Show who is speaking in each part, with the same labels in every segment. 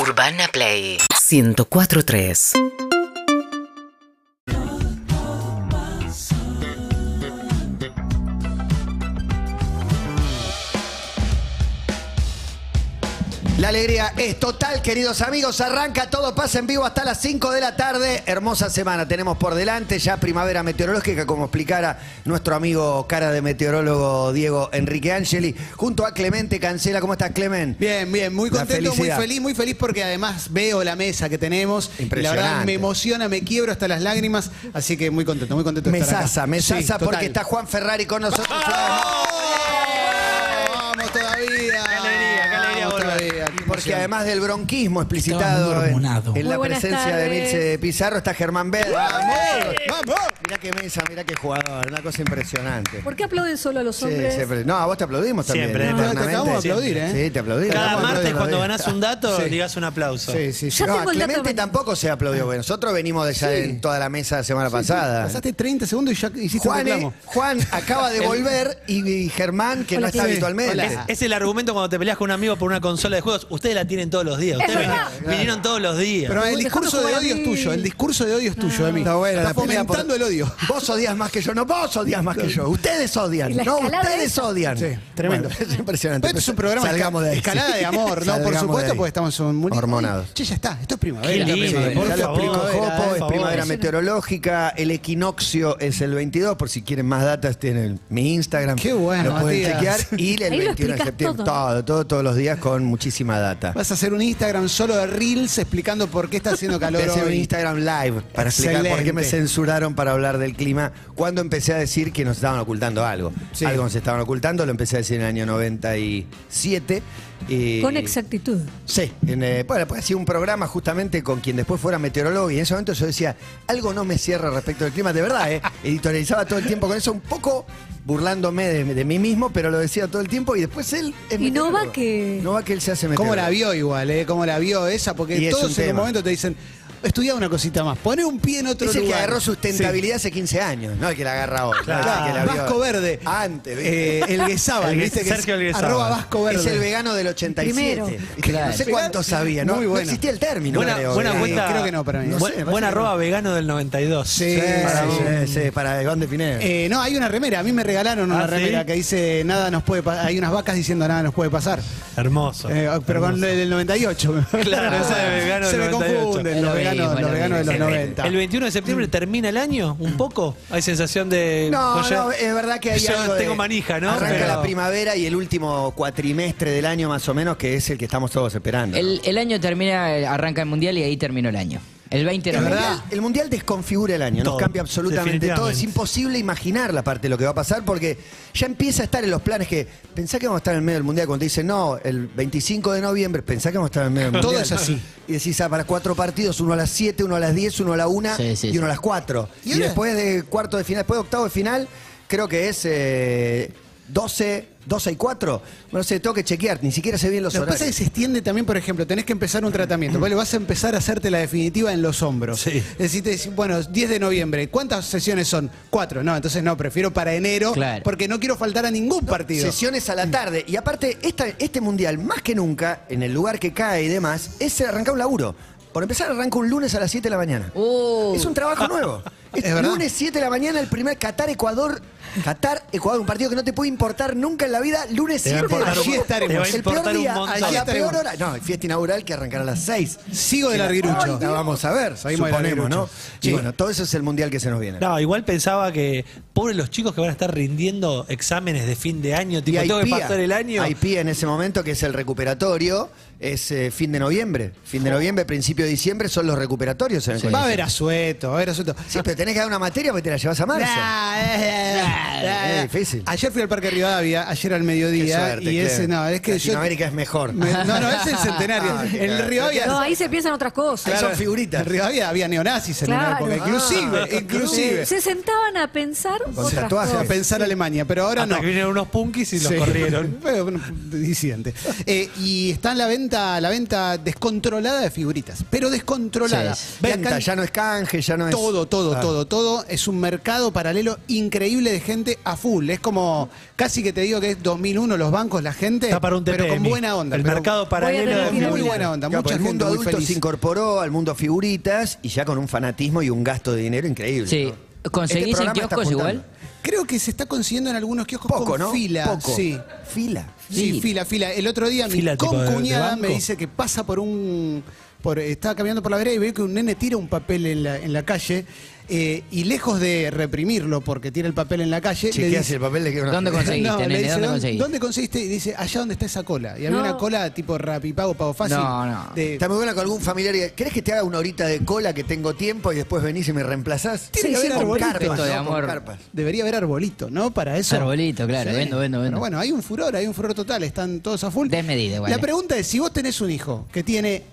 Speaker 1: Urbana Play 1043.
Speaker 2: La alegría es total, queridos amigos. Arranca todo, pasa en vivo hasta las 5 de la tarde. Hermosa semana tenemos por delante, ya primavera meteorológica, como explicara nuestro amigo cara de meteorólogo Diego Enrique Angeli, junto a Clemente Cancela. ¿Cómo estás, Clemen?
Speaker 3: Bien, bien, muy
Speaker 2: La
Speaker 3: contento, muy
Speaker 2: felicidad.
Speaker 3: feliz, muy feliz porque además veo la mesa que tenemos. Y La verdad
Speaker 2: Impresionante.
Speaker 3: me emociona, me quiebro hasta las lágrimas, así que muy contento, muy contento de estar acá.
Speaker 2: Mesaza, mesaza,
Speaker 3: Sí,
Speaker 2: porque
Speaker 3: total.
Speaker 2: está Juan Ferrari con nosotros.
Speaker 3: Vamos todavía. Qué
Speaker 4: alegría, qué alegría
Speaker 3: Vamos
Speaker 4: volver.
Speaker 3: todavía. qué
Speaker 2: Porque
Speaker 3: emoción.
Speaker 2: además del bronquismo explicitado
Speaker 5: Estaba muy
Speaker 2: en,
Speaker 5: hormonado.
Speaker 2: en la
Speaker 6: Muy buenas
Speaker 2: presencia de
Speaker 6: tardes.
Speaker 2: Mirce Pizarro está Germán Bell.
Speaker 3: ¡Vamos! ¡Vamos!
Speaker 2: Mirá qué mesa, mirá qué jugador, una cosa impresionante.
Speaker 6: ¿Por qué aplauden solo a los
Speaker 2: Sí,
Speaker 6: hombres?
Speaker 2: siempre. No, a vos te aplaudimos también.
Speaker 4: Siempre.
Speaker 3: No, te
Speaker 2: eternamente.
Speaker 3: acabamos de aplaudir, ¿eh?
Speaker 2: Sí, te aplaudimos.
Speaker 4: Cada
Speaker 2: Aplaudimos,
Speaker 4: martes cuando
Speaker 2: aplaudimos.
Speaker 4: ganás un dato,
Speaker 3: Sí.
Speaker 4: digas un aplauso.
Speaker 3: Sí, sí, sí.
Speaker 6: Ya
Speaker 2: No, a
Speaker 6: tengo el dato
Speaker 2: Clemente
Speaker 6: de-
Speaker 2: tampoco se aplaudió. porque Nosotros venimos de ya en toda la mesa la semana pasada.
Speaker 3: Pasaste 30 segundos y ya hiciste un
Speaker 2: Juan, ¿eh?
Speaker 3: reclamo.
Speaker 2: Juan acaba de volver y, y Germán, que no
Speaker 6: Hola,
Speaker 2: está
Speaker 6: sí.
Speaker 2: habitualmente.
Speaker 3: Hola.
Speaker 4: Es, es el argumento cuando te peleas con un amigo por una consola de juegos. Ustedes la tienen todos los días.
Speaker 6: Es
Speaker 4: Ustedes vin-
Speaker 6: verdad.
Speaker 4: vinieron todos los días.
Speaker 3: Pero el
Speaker 6: Dejame
Speaker 3: discurso de
Speaker 6: jugar a
Speaker 3: odio
Speaker 6: mí.
Speaker 3: es tuyo, el discurso de odio es tuyo, Emi.
Speaker 2: Está buena
Speaker 3: Estás
Speaker 2: la pelea por-
Speaker 3: fomentando el odio.
Speaker 2: Vos odias más que yo, no, vos odias más que yo. Ustedes odian,
Speaker 6: Y la
Speaker 2: no,
Speaker 6: escalada
Speaker 2: ustedes
Speaker 6: esa.
Speaker 2: odian.
Speaker 3: Sí, tremendo.
Speaker 2: Bueno, es impresionante.
Speaker 3: Esto es un programa
Speaker 2: Salgamos de ahí.
Speaker 3: escalada de amor, ¿no? Por
Speaker 2: Salgamos de
Speaker 3: supuesto,
Speaker 2: ahí.
Speaker 3: porque estamos en un
Speaker 2: Hormonados.
Speaker 3: Che, ya está, esto es primavera.
Speaker 4: Qué lindo,
Speaker 3: Sí,
Speaker 4: por
Speaker 3: por
Speaker 2: Ya lo
Speaker 4: favor.
Speaker 2: explicó
Speaker 4: Primavera,
Speaker 2: Jopo,
Speaker 4: por
Speaker 2: es
Speaker 4: favor.
Speaker 2: primavera meteorológica, el equinoccio es el 22, por si quieren más datas tienen mi Instagram,
Speaker 3: Qué bueno,
Speaker 2: lo pueden
Speaker 3: Matías.
Speaker 2: chequear, y el
Speaker 6: Ahí lo
Speaker 2: 21 de
Speaker 6: explicás
Speaker 2: septiembre,
Speaker 6: todo.
Speaker 2: todo, todo, todos los días con muchísima data.
Speaker 3: Vas a hacer un Instagram solo de Reels explicando por qué está haciendo
Speaker 2: Voy
Speaker 3: calor
Speaker 2: a hacer un
Speaker 3: hoy.
Speaker 2: Instagram live para explicar por qué
Speaker 3: Excelente.
Speaker 2: me censuraron para hablar del clima cuando empecé a decir que nos estaban ocultando algo.
Speaker 3: Sí.
Speaker 2: Algo nos estaban ocultando, lo empecé a decir en el año 97. eh,
Speaker 6: Con exactitud.
Speaker 2: Sí, en, eh, bueno, pues hacía un programa justamente con quien después fuera meteorólogo y en ese momento yo decía, algo no me cierra respecto del clima, de verdad, ¿eh? editorializaba todo el tiempo con eso, un poco burlándome de, de mí mismo, pero lo decía todo el tiempo y después él... es
Speaker 6: Y no
Speaker 2: meteorólogo.
Speaker 6: va que-
Speaker 2: No va que él se hace meteorólogo.
Speaker 3: ¿Cómo la vio igual, eh? ¿Cómo la vio esa? Porque
Speaker 2: Y es un
Speaker 3: todos en
Speaker 2: tema.
Speaker 3: un momento te dicen, estudia una cosita más, poné un pie en otro
Speaker 2: Es el
Speaker 3: lugar.
Speaker 2: que agarró sustentabilidad hace 15 años, no el que la agarra ahora. no el
Speaker 3: Claro,
Speaker 2: que la vio
Speaker 3: Ah, Vasco Verde.
Speaker 2: Antes. ¿viste?
Speaker 3: Eh, el Guesábal,
Speaker 4: El Gue-
Speaker 3: ¿viste? que es
Speaker 4: Sergio Elguezábal.
Speaker 3: Arroba Vasco Verde.
Speaker 2: es el vegano del 87.
Speaker 6: Primero.
Speaker 2: ¿viste?
Speaker 3: Claro.
Speaker 2: No sé cuánto sabía, ¿no?
Speaker 3: Muy
Speaker 2: No
Speaker 3: bueno.
Speaker 2: existía el término.
Speaker 4: buena
Speaker 2: eh, creo,
Speaker 4: buena
Speaker 2: vegano.
Speaker 4: cuenta.
Speaker 3: creo que no para mí.
Speaker 2: No
Speaker 4: Bu-
Speaker 2: sé, me
Speaker 4: buena
Speaker 2: parece que
Speaker 4: arroba vegano del 92.
Speaker 3: Sí,
Speaker 2: Para
Speaker 3: sí,
Speaker 2: vos,
Speaker 3: sí.
Speaker 2: sí, para Iván de Pineda.
Speaker 3: Eh, no, hay una remera, a mí me regalaron una
Speaker 4: Ah, ¿sí?
Speaker 3: remera que dice nada nos puede pasar, hay unas vacas diciendo nada nos puede pasar,
Speaker 4: Hermoso.
Speaker 3: Eh, pero con el del 98.
Speaker 4: Claro, esa de vegano
Speaker 3: Se
Speaker 4: del
Speaker 3: me
Speaker 4: 98.
Speaker 3: confunden los
Speaker 5: Es lo
Speaker 3: veganos,
Speaker 5: mismo,
Speaker 3: los
Speaker 5: es lo
Speaker 3: veganos de los
Speaker 5: mismo.
Speaker 3: 90.
Speaker 4: El 21 de septiembre termina el año, un poco. Hay sensación de.
Speaker 2: No,
Speaker 4: Oye,
Speaker 2: no, es verdad que hay
Speaker 4: Yo
Speaker 2: algo de-
Speaker 4: tengo manija, ¿no?
Speaker 2: Arranca
Speaker 4: Pero-
Speaker 2: la primavera y el último cuatrimestre del año más o menos, que es el que estamos todos esperando.
Speaker 5: El, el año termina, eh, arranca el mundial y ahí terminó el año. El 20 de
Speaker 2: El
Speaker 5: noviembre.
Speaker 2: mundial, el mundial desconfigura el año,
Speaker 4: Todo,
Speaker 2: nos cambia absolutamente todo.
Speaker 4: definitivamente.
Speaker 2: Es imposible imaginar la parte de lo que va a pasar porque ya empieza a estar en los planes que pensá que vamos a estar en el medio del mundial. Cuando te dicen, no, el 25 de noviembre, pensá que vamos a estar en el medio del
Speaker 3: Todo
Speaker 2: mundial.
Speaker 3: es así.
Speaker 2: Y decís, ah, para cuatro partidos, uno a las 7, uno a las 10, uno a la 1
Speaker 5: Sí, sí,
Speaker 2: y
Speaker 5: sí.
Speaker 2: uno a las 4.
Speaker 3: ¿Y
Speaker 2: Y,
Speaker 3: ahora?
Speaker 2: después de cuarto de final, después de octavo de final, creo que es. eh, 12, 12 y 4. No sé, tengo que chequear, ni siquiera sé bien los
Speaker 3: Lo que pasa es
Speaker 2: horarios.
Speaker 3: que se extiende también, por ejemplo, tenés que empezar un tratamiento, vos le vas a empezar a hacerte la definitiva en los hombros.
Speaker 4: Sí.
Speaker 3: Es decir, te decís, bueno, 10 de noviembre, ¿cuántas sesiones son? Cuatro, no, entonces no, prefiero para enero,
Speaker 5: Claro.
Speaker 3: porque no quiero faltar a ningún partido.
Speaker 2: Sesiones a la tarde. Y aparte, esta- este mundial, más que nunca, en el lugar que cae y demás, es arrancar un laburo. Por empezar, arranca un lunes a las 7 de la mañana.
Speaker 5: Uh.
Speaker 2: Es un trabajo nuevo. Es
Speaker 3: Es verdad.
Speaker 2: lunes 7 de la mañana, el primer Qatar-Ecuador. Qatar-Ecuador, un partido que no te puede importar nunca en la vida. Lunes
Speaker 4: Te va a
Speaker 2: 7 de la
Speaker 4: importar
Speaker 3: un- te va a
Speaker 2: El peor
Speaker 4: importar un
Speaker 2: día,
Speaker 4: montón.
Speaker 2: allí a
Speaker 3: Allí
Speaker 2: peor
Speaker 3: estaremos.
Speaker 2: hora. No, fiesta inaugural que arrancará a las 6.
Speaker 3: Sigo de larguirucho.
Speaker 2: La vamos a ver,
Speaker 3: Seguimos de
Speaker 2: suponemos, ¿no?
Speaker 3: larguirucho.
Speaker 2: Y
Speaker 3: Sí.
Speaker 2: bueno, todo eso es el mundial que se nos viene.
Speaker 4: No, igual pensaba que pobres los chicos que van a estar rindiendo exámenes de fin de año,
Speaker 2: Y
Speaker 4: tipo,
Speaker 2: hay
Speaker 4: tengo que
Speaker 2: PIA.
Speaker 4: pasar el año.
Speaker 2: Hay PIA en ese momento, que es el recuperatorio, es eh, fin de noviembre. Fin de noviembre, principio de diciembre son los recuperatorios en el
Speaker 3: Va
Speaker 2: colegio.
Speaker 3: a haber asueto, va a haber asueto.
Speaker 2: Sí, pero tenés que dar una materia porque te la llevas a marzo.
Speaker 3: Nah, eh, eh, eh,
Speaker 2: Es
Speaker 3: eh.
Speaker 2: difícil.
Speaker 3: Ayer fui al Parque Rivadavia, ayer al
Speaker 2: Qué
Speaker 3: mediodía.
Speaker 2: suerte,
Speaker 3: y ese,
Speaker 2: Clemen.
Speaker 3: no, es que yo.
Speaker 2: Latinoamérica es mejor.
Speaker 3: me- no, no, es el centenario.
Speaker 2: Ah, claro.
Speaker 3: el Rivadavia.
Speaker 6: No, ahí se piensan otras cosas.
Speaker 2: Ahí son figuritas.
Speaker 3: En Rivadavia había neonazis en una
Speaker 6: Claro.
Speaker 3: época. Inclusive,
Speaker 2: Ah.
Speaker 3: inclusive.
Speaker 6: Se sentaban a pensar otras
Speaker 2: tatuajes.
Speaker 3: A
Speaker 6: cosas.
Speaker 3: pensar Alemania, pero ahora
Speaker 4: hasta
Speaker 3: no.
Speaker 4: que vinieron unos punkis y los
Speaker 3: Sí.
Speaker 4: corrieron.
Speaker 3: Pero, bueno, disidente. Eh, y está en la venta, la venta descontrolada de figuritas. Pero descontrolada.
Speaker 5: Sí, sí.
Speaker 3: La
Speaker 2: Venta,
Speaker 3: can-
Speaker 2: ya no es canje, ya no es.
Speaker 3: todo, todo,
Speaker 2: Ah.
Speaker 3: todo, todo. Es un mercado paralelo increíble de gente a full. Es como, casi que te digo que es 2001 los bancos, la gente,
Speaker 4: Está para un
Speaker 3: pero con
Speaker 4: TPM,
Speaker 3: buena onda.
Speaker 4: El
Speaker 3: pero
Speaker 4: mercado paralelo
Speaker 6: tener
Speaker 4: de
Speaker 6: que ir a
Speaker 3: Muy
Speaker 4: figuras.
Speaker 6: mirar.
Speaker 3: buena onda,
Speaker 2: Claro,
Speaker 3: mucha
Speaker 2: porque el mundo
Speaker 3: gente muy
Speaker 2: adulto
Speaker 3: feliz.
Speaker 2: se incorporó al mundo figuritas y ya con un fanatismo y un gasto de dinero increíble.
Speaker 5: Sí.
Speaker 2: ¿no? Este
Speaker 5: ¿Conseguís en
Speaker 2: programa
Speaker 5: kioscos
Speaker 2: apuntando.
Speaker 5: igual?
Speaker 3: Creo que se está consiguiendo en algunos kioscos
Speaker 2: Poco,
Speaker 3: con
Speaker 2: ¿no?
Speaker 3: fila.
Speaker 2: Poco.
Speaker 3: Sí.
Speaker 2: Fila.
Speaker 3: Sí,
Speaker 5: Sí.
Speaker 3: fila, fila. El otro día
Speaker 4: Fila
Speaker 3: mi
Speaker 4: tipo de- de
Speaker 3: concuñada me
Speaker 4: banco.
Speaker 3: dice que pasa por un... Por, estaba caminando por la vereda y veo que un nene tira un papel en la, en la calle eh, y lejos de reprimirlo porque tira el papel en la calle, le
Speaker 2: Chequeas
Speaker 3: dice-
Speaker 2: el papel de que
Speaker 5: ¿Dónde conseguiste,
Speaker 3: No, le
Speaker 5: nene?
Speaker 3: dice,
Speaker 5: ¿Dónde
Speaker 3: ¿dónde,
Speaker 5: conseguiste?
Speaker 3: dónde conseguiste? Y dice, allá donde está esa cola. Y había
Speaker 6: No.
Speaker 3: una cola tipo rapipago, pago fácil.
Speaker 5: No, no.
Speaker 3: de-
Speaker 2: Está muy buena con algún familiar. y, ¿Querés que te haga una horita de cola que tengo tiempo y después venís y me reemplazás?
Speaker 3: Tiene que haber
Speaker 2: con
Speaker 3: arbolito.
Speaker 2: carpas,
Speaker 5: Esto de
Speaker 2: ¿no? Con
Speaker 5: amor.
Speaker 2: carpas.
Speaker 3: Debería haber arbolito, ¿no? Para eso.
Speaker 5: Arbolito, claro, vendo, vendo,
Speaker 3: Pero
Speaker 5: vendo.
Speaker 3: bueno, hay un furor, hay un furor total, están todos a full.
Speaker 5: Desmedido, igual,
Speaker 3: La
Speaker 5: eh.
Speaker 3: pregunta es, si vos tenés un hijo que tiene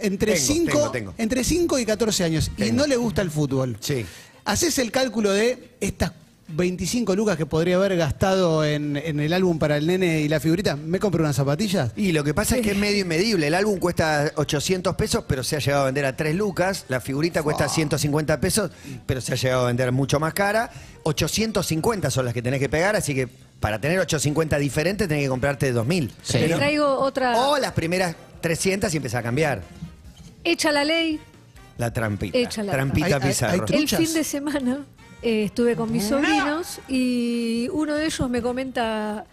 Speaker 3: entre
Speaker 2: Tengo,
Speaker 3: 5
Speaker 2: tengo, tengo.
Speaker 3: entre cinco y 14 años y
Speaker 2: Tengo.
Speaker 3: no le gusta el fútbol.
Speaker 2: Sí.
Speaker 3: Haces el cálculo de estas 25 lucas que podría haber gastado en, en el álbum para el nene y la figurita, ¿me compro unas zapatillas?
Speaker 2: Y lo que pasa es que es medio inmedible. El álbum cuesta 800 pesos, pero se ha llegado a vender a 3 lucas. La figurita cuesta 150 pesos, pero se ha llegado a vender mucho más cara. 850 son las que tenés que pegar, así que para tener 850 diferentes tenés que comprarte 2000.
Speaker 5: Sí.
Speaker 6: Te
Speaker 5: Pero-
Speaker 6: traigo otra.
Speaker 2: O
Speaker 3: Oh.
Speaker 2: las primeras 300 y empezás a cambiar.
Speaker 6: Hecha la ley.
Speaker 2: La trampita.
Speaker 6: Hecha la
Speaker 3: Hay-
Speaker 2: trampita
Speaker 3: hay-
Speaker 2: pizarro.
Speaker 3: hay
Speaker 6: El
Speaker 3: ¿Truchas? Ah.
Speaker 6: fin de semana eh, estuve con mis sobrinos y uno de ellos me comenta,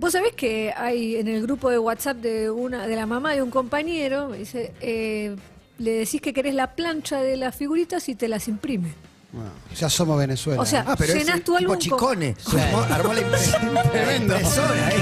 Speaker 6: vos sabés que hay en el grupo de WhatsApp de una de la mamá de un compañero, me dice, eh, le decís que querés la plancha de las figuritas y te las imprime.
Speaker 3: Bueno, ya somos Venezuela.
Speaker 6: O sea,
Speaker 2: Ah, pero
Speaker 6: llenás
Speaker 2: es
Speaker 6: tu
Speaker 2: tipo
Speaker 6: álbum con-
Speaker 2: chicone. Armó, armó la impres- la
Speaker 3: Tremendo.
Speaker 2: impresora. ¿eh?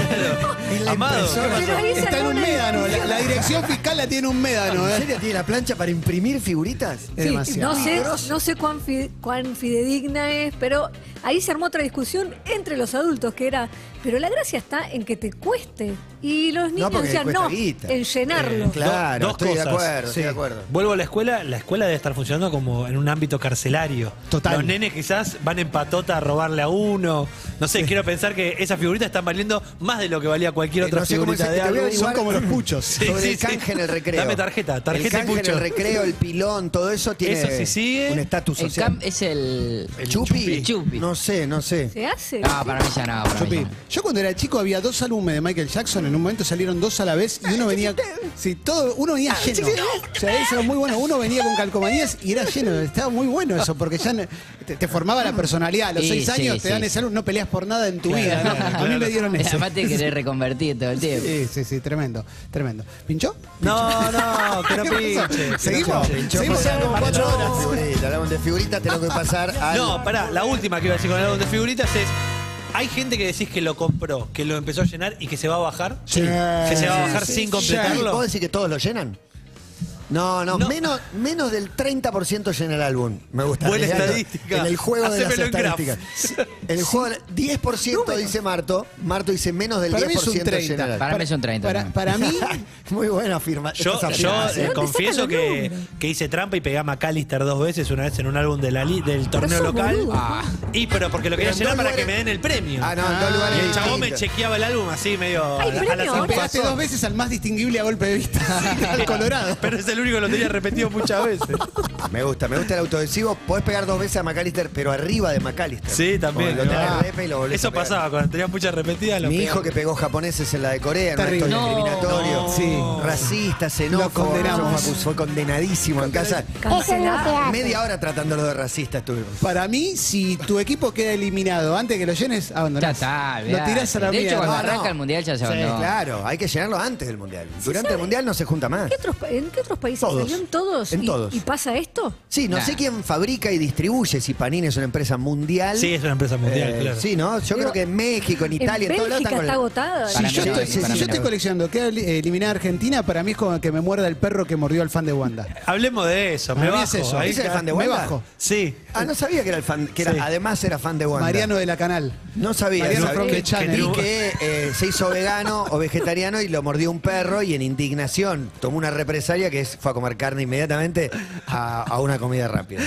Speaker 2: Y la
Speaker 4: Amado,
Speaker 2: impresora.
Speaker 6: Pero ahí se
Speaker 3: Está en
Speaker 6: armó
Speaker 3: un
Speaker 6: una
Speaker 3: médano, la,
Speaker 6: discusión.
Speaker 3: la dirección fiscal la tiene un médano,
Speaker 2: ¿En
Speaker 3: ¿eh?
Speaker 2: serio tiene la plancha para imprimir figuritas?
Speaker 3: Es
Speaker 6: Sí,
Speaker 3: demasiado.
Speaker 6: no sé, no sé cuán, fi- cuán fidedigna es, pero ahí se armó otra discusión entre los adultos que era, pero la gracia está en que te cueste. Y los niños
Speaker 2: porque
Speaker 6: decían,
Speaker 2: cuesta
Speaker 6: no,
Speaker 2: guita.
Speaker 6: en llenarlo.
Speaker 2: Eh, Claro,
Speaker 4: dos
Speaker 2: estoy de
Speaker 4: cosas.
Speaker 2: acuerdo, estoy de
Speaker 4: Sí.
Speaker 2: acuerdo.
Speaker 4: Vuelvo a la escuela, la escuela debe estar funcionando como en un ámbito carcelario.
Speaker 3: Total.
Speaker 4: Los nenes quizás van en patota a robarle a uno. No sé, quiero pensar que esas figuritas están valiendo más de lo que valía cualquier
Speaker 2: Eh,
Speaker 4: otra
Speaker 2: no sé cómo
Speaker 4: figurita
Speaker 2: se-
Speaker 4: de
Speaker 2: te voy a
Speaker 4: algo.
Speaker 2: averiguar
Speaker 3: Son como los puchos.
Speaker 4: Sí,
Speaker 2: Sobre
Speaker 4: sí,
Speaker 2: el
Speaker 4: sí.
Speaker 2: canje en el recreo.
Speaker 4: Dame tarjeta,
Speaker 2: el
Speaker 4: tarjeta y
Speaker 2: canje en
Speaker 4: pucho.
Speaker 2: el recreo, el pilón, todo eso tiene
Speaker 4: Eso sí sigue.
Speaker 2: un estatus
Speaker 5: El
Speaker 2: social.
Speaker 5: camp es el...
Speaker 2: ¿El chupi?
Speaker 5: El chupi.
Speaker 2: No sé, no sé.
Speaker 6: ¿Se hace?
Speaker 2: Ah.
Speaker 5: No, para mí ya no, para mí
Speaker 3: Chupi,
Speaker 5: ya no.
Speaker 3: Yo cuando era chico había dos álbumes de Michael Jackson, en un momento salieron dos a la vez y uno venía. Sí, todo, uno venía lleno. O sea, eso era muy bueno. Uno venía con calcomanías y era lleno. Estaba muy bueno eso, porque ya no- te, te formaba la personalidad. A los
Speaker 5: Sí,
Speaker 3: seis
Speaker 5: sí,
Speaker 3: años te
Speaker 5: sí.
Speaker 3: dan ese álbum, no peleas por nada en tu
Speaker 4: Claro,
Speaker 3: vida.
Speaker 4: claro,
Speaker 3: A mí
Speaker 4: claro.
Speaker 3: me dieron ese.
Speaker 5: Además te querés reconvertir todo el tiempo.
Speaker 3: Sí, sí, sí, tremendo, tremendo. ¿Pinchó?
Speaker 4: No, no, que no
Speaker 3: ¿Qué pasó?
Speaker 4: pinche.
Speaker 3: Seguimos, seguimos hablando
Speaker 2: Hablamos
Speaker 3: cuatro horas.
Speaker 2: de figuritas, hablamos de figuritas, tengo que pasar al...
Speaker 4: No, pará, la última que iba a decir con el álbum de figuritas es. Hay gente que decís que lo compró, que lo empezó a llenar y que se va a bajar.
Speaker 3: Sí.
Speaker 4: Que se va a
Speaker 3: Sí,
Speaker 4: bajar
Speaker 3: sí,
Speaker 4: sin
Speaker 3: sí.
Speaker 4: completarlo.
Speaker 2: ¿Puedo decir que todos lo llenan? No, no,
Speaker 4: No.
Speaker 2: Menos, menos del 30% llena el álbum. Me gusta.
Speaker 4: Buena
Speaker 2: Leandro.
Speaker 4: estadística.
Speaker 2: En el juego de las
Speaker 4: Hacémelo en graf.
Speaker 2: estadísticas. El juego, de- 10% dice Marto. Marto dice menos del
Speaker 3: Para mí es un
Speaker 2: 10%
Speaker 3: 30.
Speaker 2: llena el álbum.
Speaker 5: Para mí es un 30.
Speaker 3: Para,
Speaker 5: también.
Speaker 3: para mí,
Speaker 2: Muy buena afirma.
Speaker 4: Yo,
Speaker 2: estas
Speaker 4: yo
Speaker 2: afirmaciones.
Speaker 4: eh,
Speaker 6: ¿De dónde
Speaker 4: confieso
Speaker 6: sacan los
Speaker 4: que,
Speaker 6: números?
Speaker 4: que hice trampa y pegué a McAllister dos veces, una vez en un álbum de la li- del torneo
Speaker 6: sos
Speaker 4: local.
Speaker 6: boludo.
Speaker 5: Ah.
Speaker 4: Y pero porque lo
Speaker 2: Pero
Speaker 4: quería
Speaker 2: en
Speaker 4: llenar
Speaker 2: dos
Speaker 4: para
Speaker 2: lugares-
Speaker 4: que me den el premio.
Speaker 2: Ah, no, en dos
Speaker 4: y
Speaker 2: lugares
Speaker 4: el chabón me
Speaker 2: distintos.
Speaker 4: chequeaba el álbum así medio
Speaker 6: Hay
Speaker 4: a la- a la
Speaker 6: premio
Speaker 4: zampa.
Speaker 6: ahora.
Speaker 3: pegaste dos veces al más distinguible a golpe de vista, al Colorado.
Speaker 4: Pero es el único que lo tenía repetido muchas veces.
Speaker 2: Me gusta, me gusta el autodesivo. Podés pegar dos veces a McAllister, pero arriba de McAllister.
Speaker 4: Sí, también.
Speaker 2: Como lo tenés
Speaker 4: Ah.
Speaker 2: repe y lo volvés a
Speaker 4: Eso
Speaker 2: pegar.
Speaker 4: pasaba, cuando tenía muchas repetidas. lo
Speaker 2: Mi
Speaker 4: pegaba.
Speaker 2: hijo que pegó japoneses en la de Corea, en un acto
Speaker 3: Terrible.
Speaker 5: No.
Speaker 2: discriminatorio.
Speaker 4: No.
Speaker 2: Sí. Racista, xenófobo.
Speaker 3: Lo condenamos.
Speaker 2: Fue, fue condenadísimo en casa.
Speaker 6: Cancelado.
Speaker 2: Media hora tratándolo de racista estuvimos.
Speaker 3: Para mí, si tu equipo queda eliminado antes que lo llenes,
Speaker 5: Ya
Speaker 3: abandonás.
Speaker 5: está,
Speaker 3: lo tirás a la
Speaker 5: De hecho,
Speaker 3: mierda.
Speaker 5: cuando
Speaker 2: No, no.
Speaker 5: arranca el mundial ya se
Speaker 2: Sí,
Speaker 5: abandonó.
Speaker 2: claro, hay que llenarlo antes del mundial. Durante
Speaker 6: ¿sabe?
Speaker 2: el mundial no se junta más.
Speaker 6: ¿Qué otros pa- ¿En qué otros países?
Speaker 2: Todos.
Speaker 6: ¿Salió en todos?
Speaker 2: En
Speaker 6: ¿Y-
Speaker 2: todos.
Speaker 6: ¿Y, pasa esto?
Speaker 2: Sí, no
Speaker 5: Nah.
Speaker 2: sé quién fabrica y distribuye, si Panini es una empresa mundial.
Speaker 4: Sí, es una empresa mundial,
Speaker 2: Eh,
Speaker 4: claro.
Speaker 2: Sí, ¿no? Yo creo que en México, en Italia,
Speaker 6: en
Speaker 2: en todos lados
Speaker 6: Bélgica
Speaker 2: están con
Speaker 6: está
Speaker 2: el-
Speaker 6: agotada.
Speaker 3: Si
Speaker 5: Para mí
Speaker 3: yo
Speaker 5: no,
Speaker 3: estoy,
Speaker 5: para
Speaker 3: si
Speaker 5: mí
Speaker 3: yo
Speaker 5: no.
Speaker 3: estoy coleccionando, queda el- eliminada Argentina, para mí es como que me muerda el perro que mordió al fan de Wanda.
Speaker 4: Hablemos de eso.
Speaker 3: Para
Speaker 4: Me
Speaker 3: mí
Speaker 4: bajo.
Speaker 3: es eso.
Speaker 4: ahí
Speaker 2: ¿Es el
Speaker 4: está.
Speaker 2: fan de
Speaker 3: Me
Speaker 2: Wanda?
Speaker 3: bajo.
Speaker 4: Sí.
Speaker 2: Ah, no sabía que era el fan, que era,
Speaker 4: Sí.
Speaker 2: además era fan de Wanda.
Speaker 3: Mariano de la Canal.
Speaker 2: No sabía.
Speaker 3: Mariano
Speaker 2: sabía.
Speaker 3: from the
Speaker 4: que-
Speaker 3: Channel.
Speaker 2: Vi que eh, se hizo vegano o vegetariano y lo mordió un perro y en indignación tomó una represalia que es fue a comer carne inmediatamente a, a una comida rápida.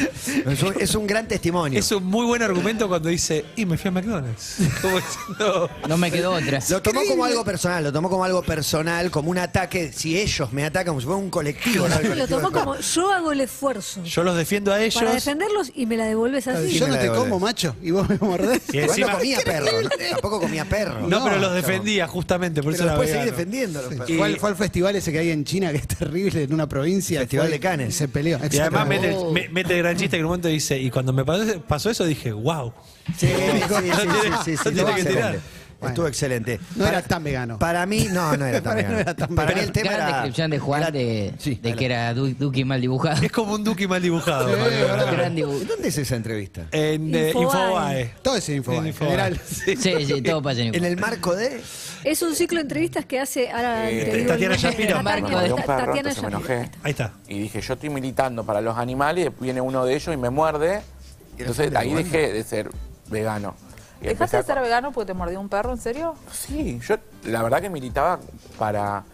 Speaker 2: Es un, es un gran testimonio.
Speaker 4: Es un muy buen argumento cuando dice, y me fui a McDonald's. Como diciendo,
Speaker 5: No me quedó otra.
Speaker 2: Lo tomó como algo personal, lo tomó como algo personal, como un ataque. Si ellos me atacan, como si fuera un colectivo. ¿no? El
Speaker 6: Lo
Speaker 2: colectivo
Speaker 6: tomó
Speaker 2: de-
Speaker 6: como yo hago el esfuerzo
Speaker 4: yo los defiendo a
Speaker 6: para
Speaker 4: ellos.
Speaker 6: defenderlos y me la devolves así.
Speaker 2: Sí,
Speaker 3: Yo
Speaker 2: me
Speaker 3: no
Speaker 2: la
Speaker 3: te
Speaker 2: devolvés.
Speaker 3: como, macho, y vos me mordés.
Speaker 4: Y
Speaker 2: Igual
Speaker 4: encima-
Speaker 2: no comía perro, tampoco comía perro.
Speaker 4: No, pero los
Speaker 2: chabón.
Speaker 4: defendía justamente, por
Speaker 2: Pero
Speaker 4: eso era
Speaker 2: después seguí pues.
Speaker 4: vegano.
Speaker 2: defendiendo a los perros.
Speaker 4: Y-
Speaker 3: ¿Cuál fue el festival ese que hay en China que es terrible en una provincia?
Speaker 2: Festival
Speaker 3: Fue-
Speaker 2: de Cannes.
Speaker 3: y Se peleó.
Speaker 4: Y además mete, el-
Speaker 3: Exactamente.
Speaker 2: Oh.
Speaker 4: me- mete el gran chiste que en un momento dice, y cuando me pasó, pasó eso dije, wow.
Speaker 2: Sí, sí, sí,
Speaker 4: tiene-
Speaker 2: sí, sí,
Speaker 4: no
Speaker 2: sí,
Speaker 4: tiene que
Speaker 2: excelente.
Speaker 4: tirar.
Speaker 2: Estuvo excelente.
Speaker 3: No era tan vegano.
Speaker 2: Para mí, no, no era tan
Speaker 3: Para mí no
Speaker 2: vegano.
Speaker 3: era tan
Speaker 2: Para mí
Speaker 3: vegano.
Speaker 2: el tema
Speaker 5: Gran
Speaker 2: era.
Speaker 5: descripción de Juan
Speaker 2: era-
Speaker 5: de,
Speaker 2: Sí,
Speaker 5: de que era du- Duki mal dibujado.
Speaker 4: Es como un Duki mal dibujado.
Speaker 3: Sí,
Speaker 4: Mario.
Speaker 3: verdad.
Speaker 5: Gran dibu-
Speaker 2: ¿Dónde es esa entrevista?
Speaker 4: en eh,
Speaker 6: Infobae.
Speaker 4: Infobae.
Speaker 3: Todo ese info.
Speaker 4: En
Speaker 3: En
Speaker 4: Infobae.
Speaker 3: general.
Speaker 5: Sí, sí, todo pasa en
Speaker 2: En
Speaker 5: el...
Speaker 2: el marco de.
Speaker 6: Es un ciclo de entrevistas que hace ahora
Speaker 7: Eh,
Speaker 6: te digo el
Speaker 4: Tatiana
Speaker 6: nombre,
Speaker 4: Shapiro.
Speaker 6: Tatiana-
Speaker 7: Bueno, de un perro,
Speaker 6: Tatiana
Speaker 7: entonces me
Speaker 6: Shapiro.
Speaker 7: enojé.
Speaker 4: Ahí está.
Speaker 7: Y dije, yo estoy militando para los animales, y viene uno de ellos y me muerde. Entonces ahí dejé de ser vegano. Y
Speaker 8: ¿Dejaste
Speaker 7: empecé
Speaker 8: de
Speaker 7: a-
Speaker 8: ser vegano porque te mordió un perro, en serio?
Speaker 7: Sí, yo la verdad que militaba para,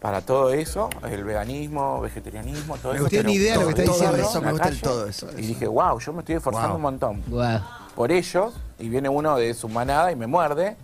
Speaker 7: para todo eso, el veganismo, vegetarianismo, todo
Speaker 2: Me
Speaker 7: eso.
Speaker 2: gusta-
Speaker 7: pero
Speaker 2: tiene idea de lo que está
Speaker 7: todo
Speaker 2: diciendo.
Speaker 7: eso
Speaker 2: Eso, me
Speaker 7: en la
Speaker 2: gusta el
Speaker 7: calle,
Speaker 2: todo eso,
Speaker 7: Y
Speaker 2: eso.
Speaker 7: dije, wow, yo me estoy esforzando
Speaker 2: Wow.
Speaker 7: un montón
Speaker 5: Guau.
Speaker 7: por ellos, y viene uno de su manada y me muerde.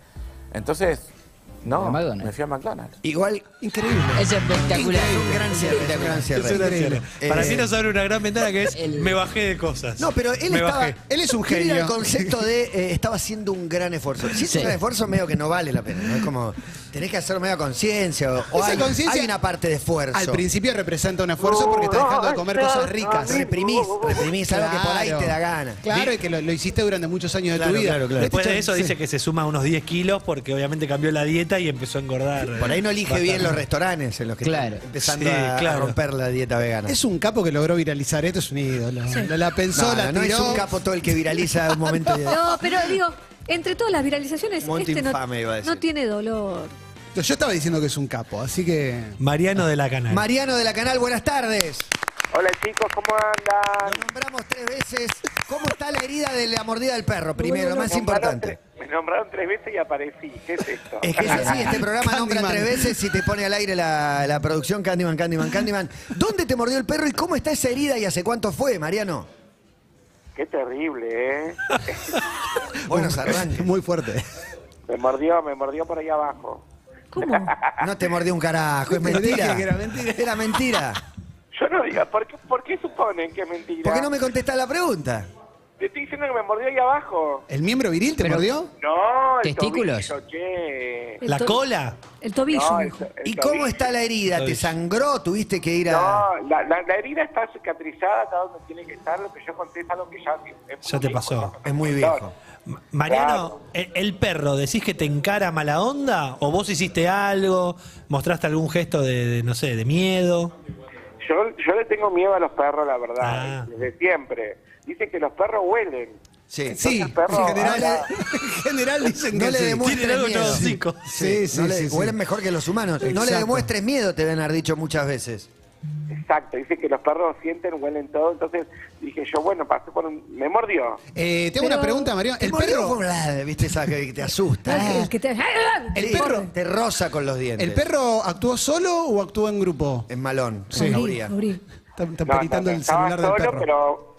Speaker 7: Entonces,
Speaker 5: A
Speaker 7: no,
Speaker 5: McDonald's.
Speaker 7: me fui a McDonald's.
Speaker 2: Igual.
Speaker 3: Increíble.
Speaker 5: Es espectacular.
Speaker 2: Es un gran cierre. es un gran cierre.
Speaker 4: Es una cena.
Speaker 2: Eh,
Speaker 4: Para mí nos abre una gran ventana que es,
Speaker 5: el-
Speaker 4: me bajé de cosas.
Speaker 2: No, pero él
Speaker 4: me
Speaker 2: estaba.
Speaker 4: bajé.
Speaker 3: Él es un
Speaker 2: él era
Speaker 3: genio.
Speaker 2: el concepto de eh, estaba haciendo un gran esfuerzo. Si es
Speaker 5: Sí.
Speaker 2: un gran esfuerzo, medio que no vale la pena. ¿no? Es como. Tenés que hacerlo medio a conciencia. O, o
Speaker 3: Esa
Speaker 2: hay,
Speaker 3: conciencia-
Speaker 2: hay una parte de esfuerzo.
Speaker 3: Al principio representa un esfuerzo porque está dejando de comer cosas ricas.
Speaker 2: Reprimís, reprimís algo que por ahí
Speaker 3: Claro.
Speaker 2: te da gana.
Speaker 3: Claro, y que lo, lo hiciste durante muchos años de
Speaker 2: Claro,
Speaker 3: tu vida. Este
Speaker 2: claro, claro.
Speaker 4: Después de eso
Speaker 3: Sí.
Speaker 4: dice que se suma unos 10 kilos porque obviamente cambió la dieta y empezó a engordar.
Speaker 2: Por ahí no elige
Speaker 4: Bastante.
Speaker 2: bien los restaurantes en los que
Speaker 5: Claro.
Speaker 2: están empezando
Speaker 4: Sí,
Speaker 2: a, a
Speaker 4: claro.
Speaker 2: romper la dieta vegana.
Speaker 3: Es un capo que logró viralizar esto, es un ídolo. La, la pensó,
Speaker 2: no,
Speaker 3: la
Speaker 2: no, no
Speaker 3: tiró.
Speaker 2: es un capo todo el que viraliza un momento. de-
Speaker 6: No, pero digo, entre todas las viralizaciones,
Speaker 2: Monte
Speaker 6: este no,
Speaker 2: infame, iba a decir.
Speaker 6: no tiene dolor.
Speaker 3: Yo estaba diciendo que es un capo, así que.
Speaker 4: Mariano de la Canal.
Speaker 2: Mariano de la Canal, buenas tardes.
Speaker 9: Hola chicos, ¿cómo
Speaker 2: Lo
Speaker 9: andan?
Speaker 2: nombramos tres veces. ¿Cómo está la herida de la mordida del perro? Primero, lo más
Speaker 9: Me nombraron
Speaker 2: importante.
Speaker 9: tres- Me nombraron tres veces y aparecí. ¿Qué es esto?
Speaker 2: Es que es así, este programa nombra
Speaker 3: Candyman.
Speaker 2: tres veces y te pone al aire la, la producción Candyman, Candyman, Candyman. ¿Dónde te mordió el perro y cómo está esa herida y hace cuánto fue, Mariano?
Speaker 9: Qué terrible, ¿eh?
Speaker 2: Buenos arranques.
Speaker 3: Muy fuerte.
Speaker 9: Me mordió, me mordió por ahí abajo.
Speaker 6: ¿Cómo?
Speaker 2: No te mordió un carajo, es
Speaker 3: Te dije
Speaker 2: mentira.
Speaker 3: que era mentira.
Speaker 2: Era mentira.
Speaker 9: Yo no digo, ¿por qué, por qué suponen que es mentira?
Speaker 2: ¿Por qué no me contestás la pregunta?
Speaker 9: Te estoy diciendo que me mordió ahí abajo.
Speaker 3: ¿El miembro viril te
Speaker 5: Pero-
Speaker 3: mordió?
Speaker 9: No, el
Speaker 5: ¿Testículos?
Speaker 9: tobillo, che.
Speaker 6: El
Speaker 4: ¿La
Speaker 6: to-
Speaker 4: cola?
Speaker 6: El tobillo.
Speaker 9: No, el
Speaker 6: dijo.
Speaker 9: to- el
Speaker 2: ¿Y cómo
Speaker 9: tobillo.
Speaker 2: está la herida? ¿Te sangró? ¿Tuviste que ir a.?
Speaker 9: No, la, la- la herida está cicatrizada, está donde tiene que estar. Lo que yo conté es algo que ya... es
Speaker 4: Ya
Speaker 9: muy
Speaker 4: te
Speaker 9: viejo,
Speaker 4: pasó.
Speaker 9: ya
Speaker 2: Es muy
Speaker 9: pasó.
Speaker 2: viejo.
Speaker 4: Ma- Mariano, el, el perro, ¿decís que te encara mala onda? ¿O vos hiciste algo? ¿Mostraste algún gesto de, de, no sé, de miedo?
Speaker 9: Yo, yo le tengo miedo a los perros, la verdad,
Speaker 4: Ah.
Speaker 9: desde siempre. Dicen que los perros huelen.
Speaker 2: Sí.
Speaker 3: Sí,
Speaker 9: el perro
Speaker 3: en general,
Speaker 9: habla.
Speaker 3: en general dicen que
Speaker 2: No le
Speaker 3: sí.
Speaker 2: demuestres
Speaker 4: Tienen algo en
Speaker 2: miedo.
Speaker 4: los hocicos.
Speaker 3: Sí, sí,
Speaker 2: No le-
Speaker 3: sí, sí.
Speaker 2: Huelen mejor que los humanos. No le
Speaker 3: Exacto.
Speaker 2: demuestres miedo, te deben haber dicho muchas veces.
Speaker 9: Exacto, dicen que los perros sienten, huelen todo. Entonces dije yo, bueno, pasé por un... Me mordió.
Speaker 3: Eh, tengo
Speaker 6: Pero-
Speaker 3: una pregunta, Mario.
Speaker 2: Te
Speaker 3: ¿El
Speaker 2: mordió
Speaker 3: perro,
Speaker 2: como la- ¿Viste esa que te asusta?
Speaker 6: Ah, el que te-
Speaker 2: El
Speaker 6: Sí.
Speaker 2: perro te roza con los dientes.
Speaker 3: ¿El perro actuó solo o actuó en grupo?
Speaker 2: En malón,
Speaker 3: Sí.
Speaker 2: en
Speaker 6: Abrí,
Speaker 2: Auría.
Speaker 6: abrí.
Speaker 3: Está, está
Speaker 9: No,
Speaker 3: peritando
Speaker 9: no,
Speaker 3: el
Speaker 9: estaba
Speaker 3: celular del
Speaker 9: solo,
Speaker 3: perro.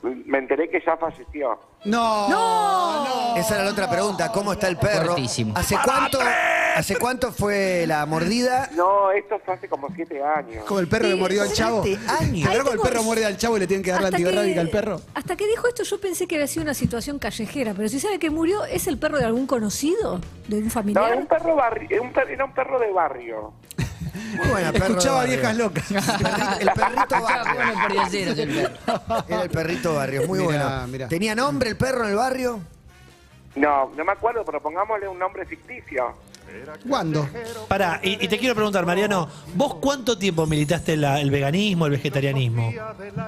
Speaker 9: pero me enteré que ya falleció.
Speaker 3: No, no.
Speaker 2: Esa era la otra pregunta, ¿cómo está el perro?
Speaker 5: Fuertísimo.
Speaker 2: ¿Hace cuánto, ¿Hace cuánto fue la mordida?
Speaker 9: No, esto fue hace como siete años.
Speaker 3: Como el perro le mordió al chavo.
Speaker 2: Siete años.
Speaker 3: ¿Claro como el
Speaker 6: tengo-
Speaker 3: perro muerde al chavo y le tienen que dar la
Speaker 6: Hasta que-
Speaker 3: antibiótica al perro?
Speaker 6: Hasta que dijo esto, yo pensé que había sido una situación callejera, pero si sabe que murió, ¿es el perro de algún conocido? ¿De un
Speaker 9: No,
Speaker 6: familiar?
Speaker 9: era un perro barrio, era un per- era un perro de barrio.
Speaker 2: Muy buena, perro
Speaker 3: Escuchaba
Speaker 2: de barrio.
Speaker 3: viejas locas.
Speaker 2: Perri- El perrito
Speaker 5: Acá
Speaker 2: barrio.
Speaker 5: bueno, por diez ceros el perro.
Speaker 2: Era el perrito barrio, muy
Speaker 3: Mirá,
Speaker 2: bueno.
Speaker 3: mirá.
Speaker 2: ¿Tenía nombre el perro en el barrio?
Speaker 9: No, no me acuerdo, pero pongámosle un nombre ficticio.
Speaker 3: ¿Cuándo?
Speaker 4: Pará, y, y te quiero preguntar, Mariano, ¿vos cuánto tiempo militaste la- el veganismo, el vegetarianismo?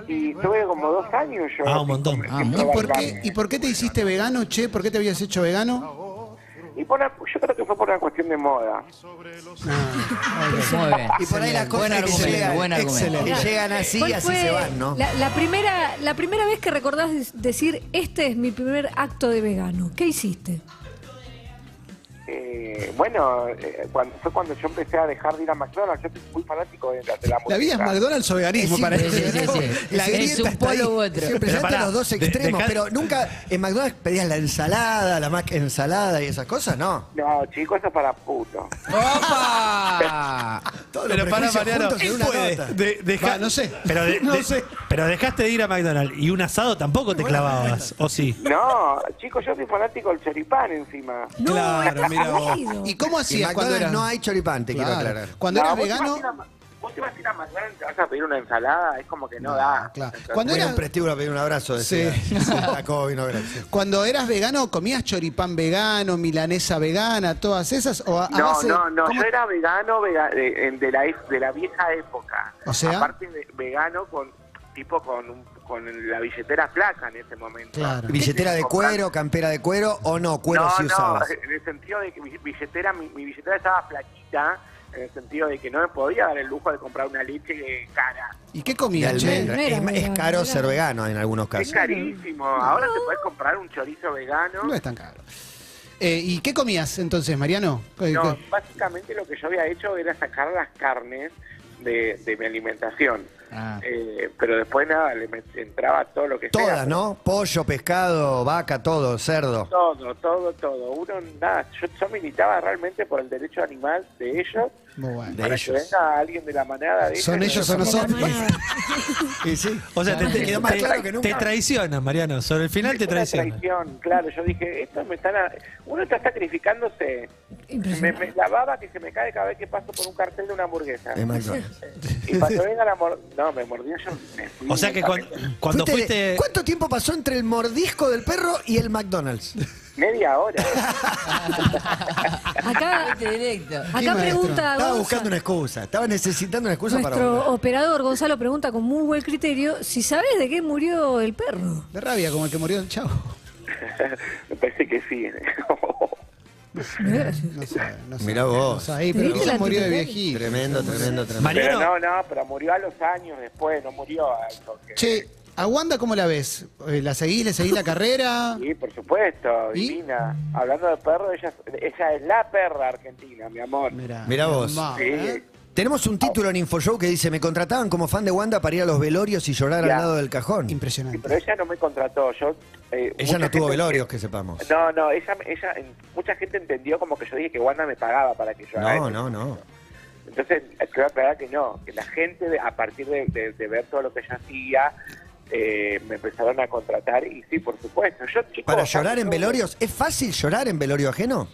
Speaker 9: Y tuve como dos años yo.
Speaker 4: Ah, un montón.
Speaker 9: Sin
Speaker 4: Ah,
Speaker 9: comer,
Speaker 3: ¿Y
Speaker 9: sin
Speaker 3: por,
Speaker 9: probar
Speaker 3: qué,
Speaker 9: carne.
Speaker 3: ¿Y por qué te hiciste vegano, che? ¿Por qué te habías hecho vegano?
Speaker 9: Y por la- yo creo que fue por una cuestión de moda.
Speaker 5: Muy bien.
Speaker 2: Y por ahí las cosas
Speaker 5: Buen
Speaker 2: que
Speaker 5: argumento,
Speaker 2: llegan,
Speaker 5: buen argumento.
Speaker 2: que llegan así y
Speaker 6: ¿Cuál
Speaker 2: así
Speaker 6: fue
Speaker 2: se van, ¿no?
Speaker 6: La, la primera, la primera vez que recordás de- decir, este es mi primer acto de vegano, ¿qué hiciste?
Speaker 9: Eh, eh, bueno, eh, cuando- fue cuando yo empecé a dejar de ir a McDonald's. Yo soy muy fanático de, de la
Speaker 3: La vida es
Speaker 9: hamburguesa.
Speaker 3: McDonald's o veganismo,
Speaker 2: Es
Speaker 3: parece.
Speaker 5: Sí, sí, sí.
Speaker 2: La
Speaker 5: Es
Speaker 2: grieta
Speaker 5: un
Speaker 2: está
Speaker 5: polo
Speaker 2: ahí.
Speaker 5: u otro.
Speaker 2: Es
Speaker 5: Pero
Speaker 2: impresionante
Speaker 4: pará,
Speaker 2: los dos
Speaker 4: de-
Speaker 2: extremos,
Speaker 4: dejá-
Speaker 2: pero nunca en McDonald's pedías la ensalada, la mac ensalada y esas cosas, no.
Speaker 9: No, chicos, eso es para puto.
Speaker 5: ¡Opa!
Speaker 2: Todos los
Speaker 4: Pero para
Speaker 2: prejuicios
Speaker 4: Mariano,
Speaker 2: juntos en
Speaker 4: él
Speaker 2: una
Speaker 4: puede.
Speaker 2: nota.
Speaker 4: De- deja-
Speaker 3: Va, no sé.
Speaker 4: Pero, de-
Speaker 3: No
Speaker 4: de-
Speaker 3: sé.
Speaker 4: pero dejaste de ir a McDonald's y un asado tampoco te clavabas, ¿o sí?
Speaker 9: No, chicos, yo soy fanático del choripán encima.
Speaker 6: No,
Speaker 4: Claro, mira vos.
Speaker 6: aburrido.
Speaker 3: ¿Y cómo
Speaker 2: Y en
Speaker 3: hacías cuando
Speaker 2: McDonald's
Speaker 3: eras?
Speaker 2: no hay choripán, te quiero
Speaker 3: Claro.
Speaker 2: aclarar.
Speaker 3: Cuando
Speaker 9: No,
Speaker 3: eras
Speaker 9: Ah, vos te vas a ir
Speaker 3: vegano.
Speaker 9: a- Vos te vas a ir a McDonald's, te vas a pedir una ensalada, es como que no, da.
Speaker 3: claro.
Speaker 9: Entonces,
Speaker 3: Cuando
Speaker 2: Era
Speaker 3: era-
Speaker 2: un prestíbulo a pedir un abrazo, decía.
Speaker 3: Sí.
Speaker 2: Jacobo vino, gracias.
Speaker 3: Cuando eras vegano, ¿comías choripán vegano, milanesa vegana, todas esas? ¿O a, a
Speaker 9: No,
Speaker 3: base-
Speaker 9: no, no,
Speaker 3: ah, ¿cómo-
Speaker 9: yo era vegano vega- de, en- de la, e- de la vieja época.
Speaker 3: O sea.
Speaker 9: Aparte de- vegano con tipo con, un- con la billetera flaca en ese momento. Este,
Speaker 3: Claro.
Speaker 2: Billetera de cuero, campera de cuero o no, cuero
Speaker 9: no,
Speaker 2: sí
Speaker 9: no,
Speaker 2: usabas.
Speaker 9: en el sentido de que mi billetera, mi, mi billetera estaba flaquita, en el sentido de que no me podía dar el lujo de comprar una leche cara.
Speaker 3: ¿Y qué
Speaker 2: De
Speaker 3: comías? che?
Speaker 2: almendra.
Speaker 6: no era
Speaker 2: Es, ma- es
Speaker 6: vegano,
Speaker 2: caro
Speaker 6: era-
Speaker 2: ser vegano en algunos
Speaker 9: Es
Speaker 2: casos.
Speaker 9: carísimo, ahora te puedes comprar un chorizo vegano.
Speaker 3: No es tan caro. Eh, ¿Y qué comías entonces, Mariano? ¿Qué-
Speaker 9: No,
Speaker 3: qué-
Speaker 9: básicamente lo que yo había hecho era sacar las carnes de, de mi alimentación.
Speaker 5: Ah.
Speaker 9: Eh, pero después nada, le met- entraba todo lo que sea.
Speaker 2: Todas, ¿no? Pollo, pescado, vaca, todo, cerdo.
Speaker 9: Todo, todo, todo. Uno, nada, yo, yo militaba realmente por el derecho animal de ellos.
Speaker 3: Muy bueno.
Speaker 2: De
Speaker 9: para que
Speaker 2: ellos.
Speaker 9: venga alguien de la manada de
Speaker 3: Son ellos o nosotros.
Speaker 2: Y sí.
Speaker 4: O sea, te,
Speaker 5: Claro.
Speaker 4: te-
Speaker 2: Quedó más
Speaker 4: te-
Speaker 2: claro que nunca.
Speaker 4: te traicionan, Mariano. Sobre el final te
Speaker 9: Una
Speaker 4: traicionan.
Speaker 9: traición, claro. Yo dije, esto me están... a- Uno está sacrificándose. Me,
Speaker 6: Impresionante.
Speaker 9: me la baba que se me cae cada vez que paso por un cartel de una hamburguesa.
Speaker 2: Es McDonald's.
Speaker 9: Y cuando venga la mor... No, me mordía yo. me fui
Speaker 4: O sea que cuan-
Speaker 9: directamente.
Speaker 4: cuando
Speaker 2: Fuiste-
Speaker 4: fuiste...
Speaker 2: ¿Cuánto tiempo pasó entre el mordisco del perro y el McDonald's?
Speaker 9: Media hora.
Speaker 6: Acá,
Speaker 5: Este directo.
Speaker 3: Sí,
Speaker 6: acá
Speaker 3: maestro.
Speaker 6: pregunta
Speaker 2: Estaba
Speaker 6: Gonza-
Speaker 2: buscando una excusa. Estaba necesitando una excusa para
Speaker 6: nuestro
Speaker 2: volar.
Speaker 6: operador Gonzalo pregunta con muy buen criterio si sabes de qué murió el perro.
Speaker 3: De rabia, como el que murió el chavo.
Speaker 9: me parece que sí.
Speaker 3: No sé, no sé.
Speaker 2: Mirá vos.
Speaker 3: No sé, ahí, pero
Speaker 6: ¿Viste
Speaker 3: se
Speaker 6: la
Speaker 3: murió de
Speaker 6: antipopeya?
Speaker 3: viejito.
Speaker 2: Tremendo, tremendo, tremendo.
Speaker 9: pero
Speaker 4: Mariano,
Speaker 9: no, no, pero murió a los años después, no murió al toque.
Speaker 3: Che, ¿a Wanda cómo la ves? Eh, ¿La seguís? ¿Le seguís la carrera?
Speaker 9: Sí, por supuesto,
Speaker 3: ¿Y?
Speaker 9: divina. Hablando de perro, ella, es- ella es la perra argentina, mi amor.
Speaker 3: Mirá,
Speaker 2: Mirá vos.
Speaker 3: mamá,
Speaker 9: Sí,
Speaker 3: ¿eh?
Speaker 2: Tenemos un título en InfoShow que dice: Me contrataban como fan de Wanda para ir a los velorios y llorar
Speaker 9: Ya.
Speaker 2: al lado del cajón.
Speaker 3: Impresionante.
Speaker 9: pero ella no me contrató. Yo, eh,
Speaker 2: Ella
Speaker 9: mucha
Speaker 2: no tuvo
Speaker 9: gente-
Speaker 2: velorios, que sepamos.
Speaker 9: No, no, ella, ella, en- mucha gente entendió como que yo dije que Wanda me pagaba para que yo haga
Speaker 2: No,
Speaker 9: eso.
Speaker 2: no, no.
Speaker 9: Entonces, eh, quiero aclarar que no, que la gente, de- a partir de, de- de ver todo lo que yo hacía, eh, me empezaron a contratar y sí, por supuesto. Yo, chico,
Speaker 2: ¿Para llorar en
Speaker 9: tanto-
Speaker 2: velorios? ¿Es fácil llorar en velorio ajeno?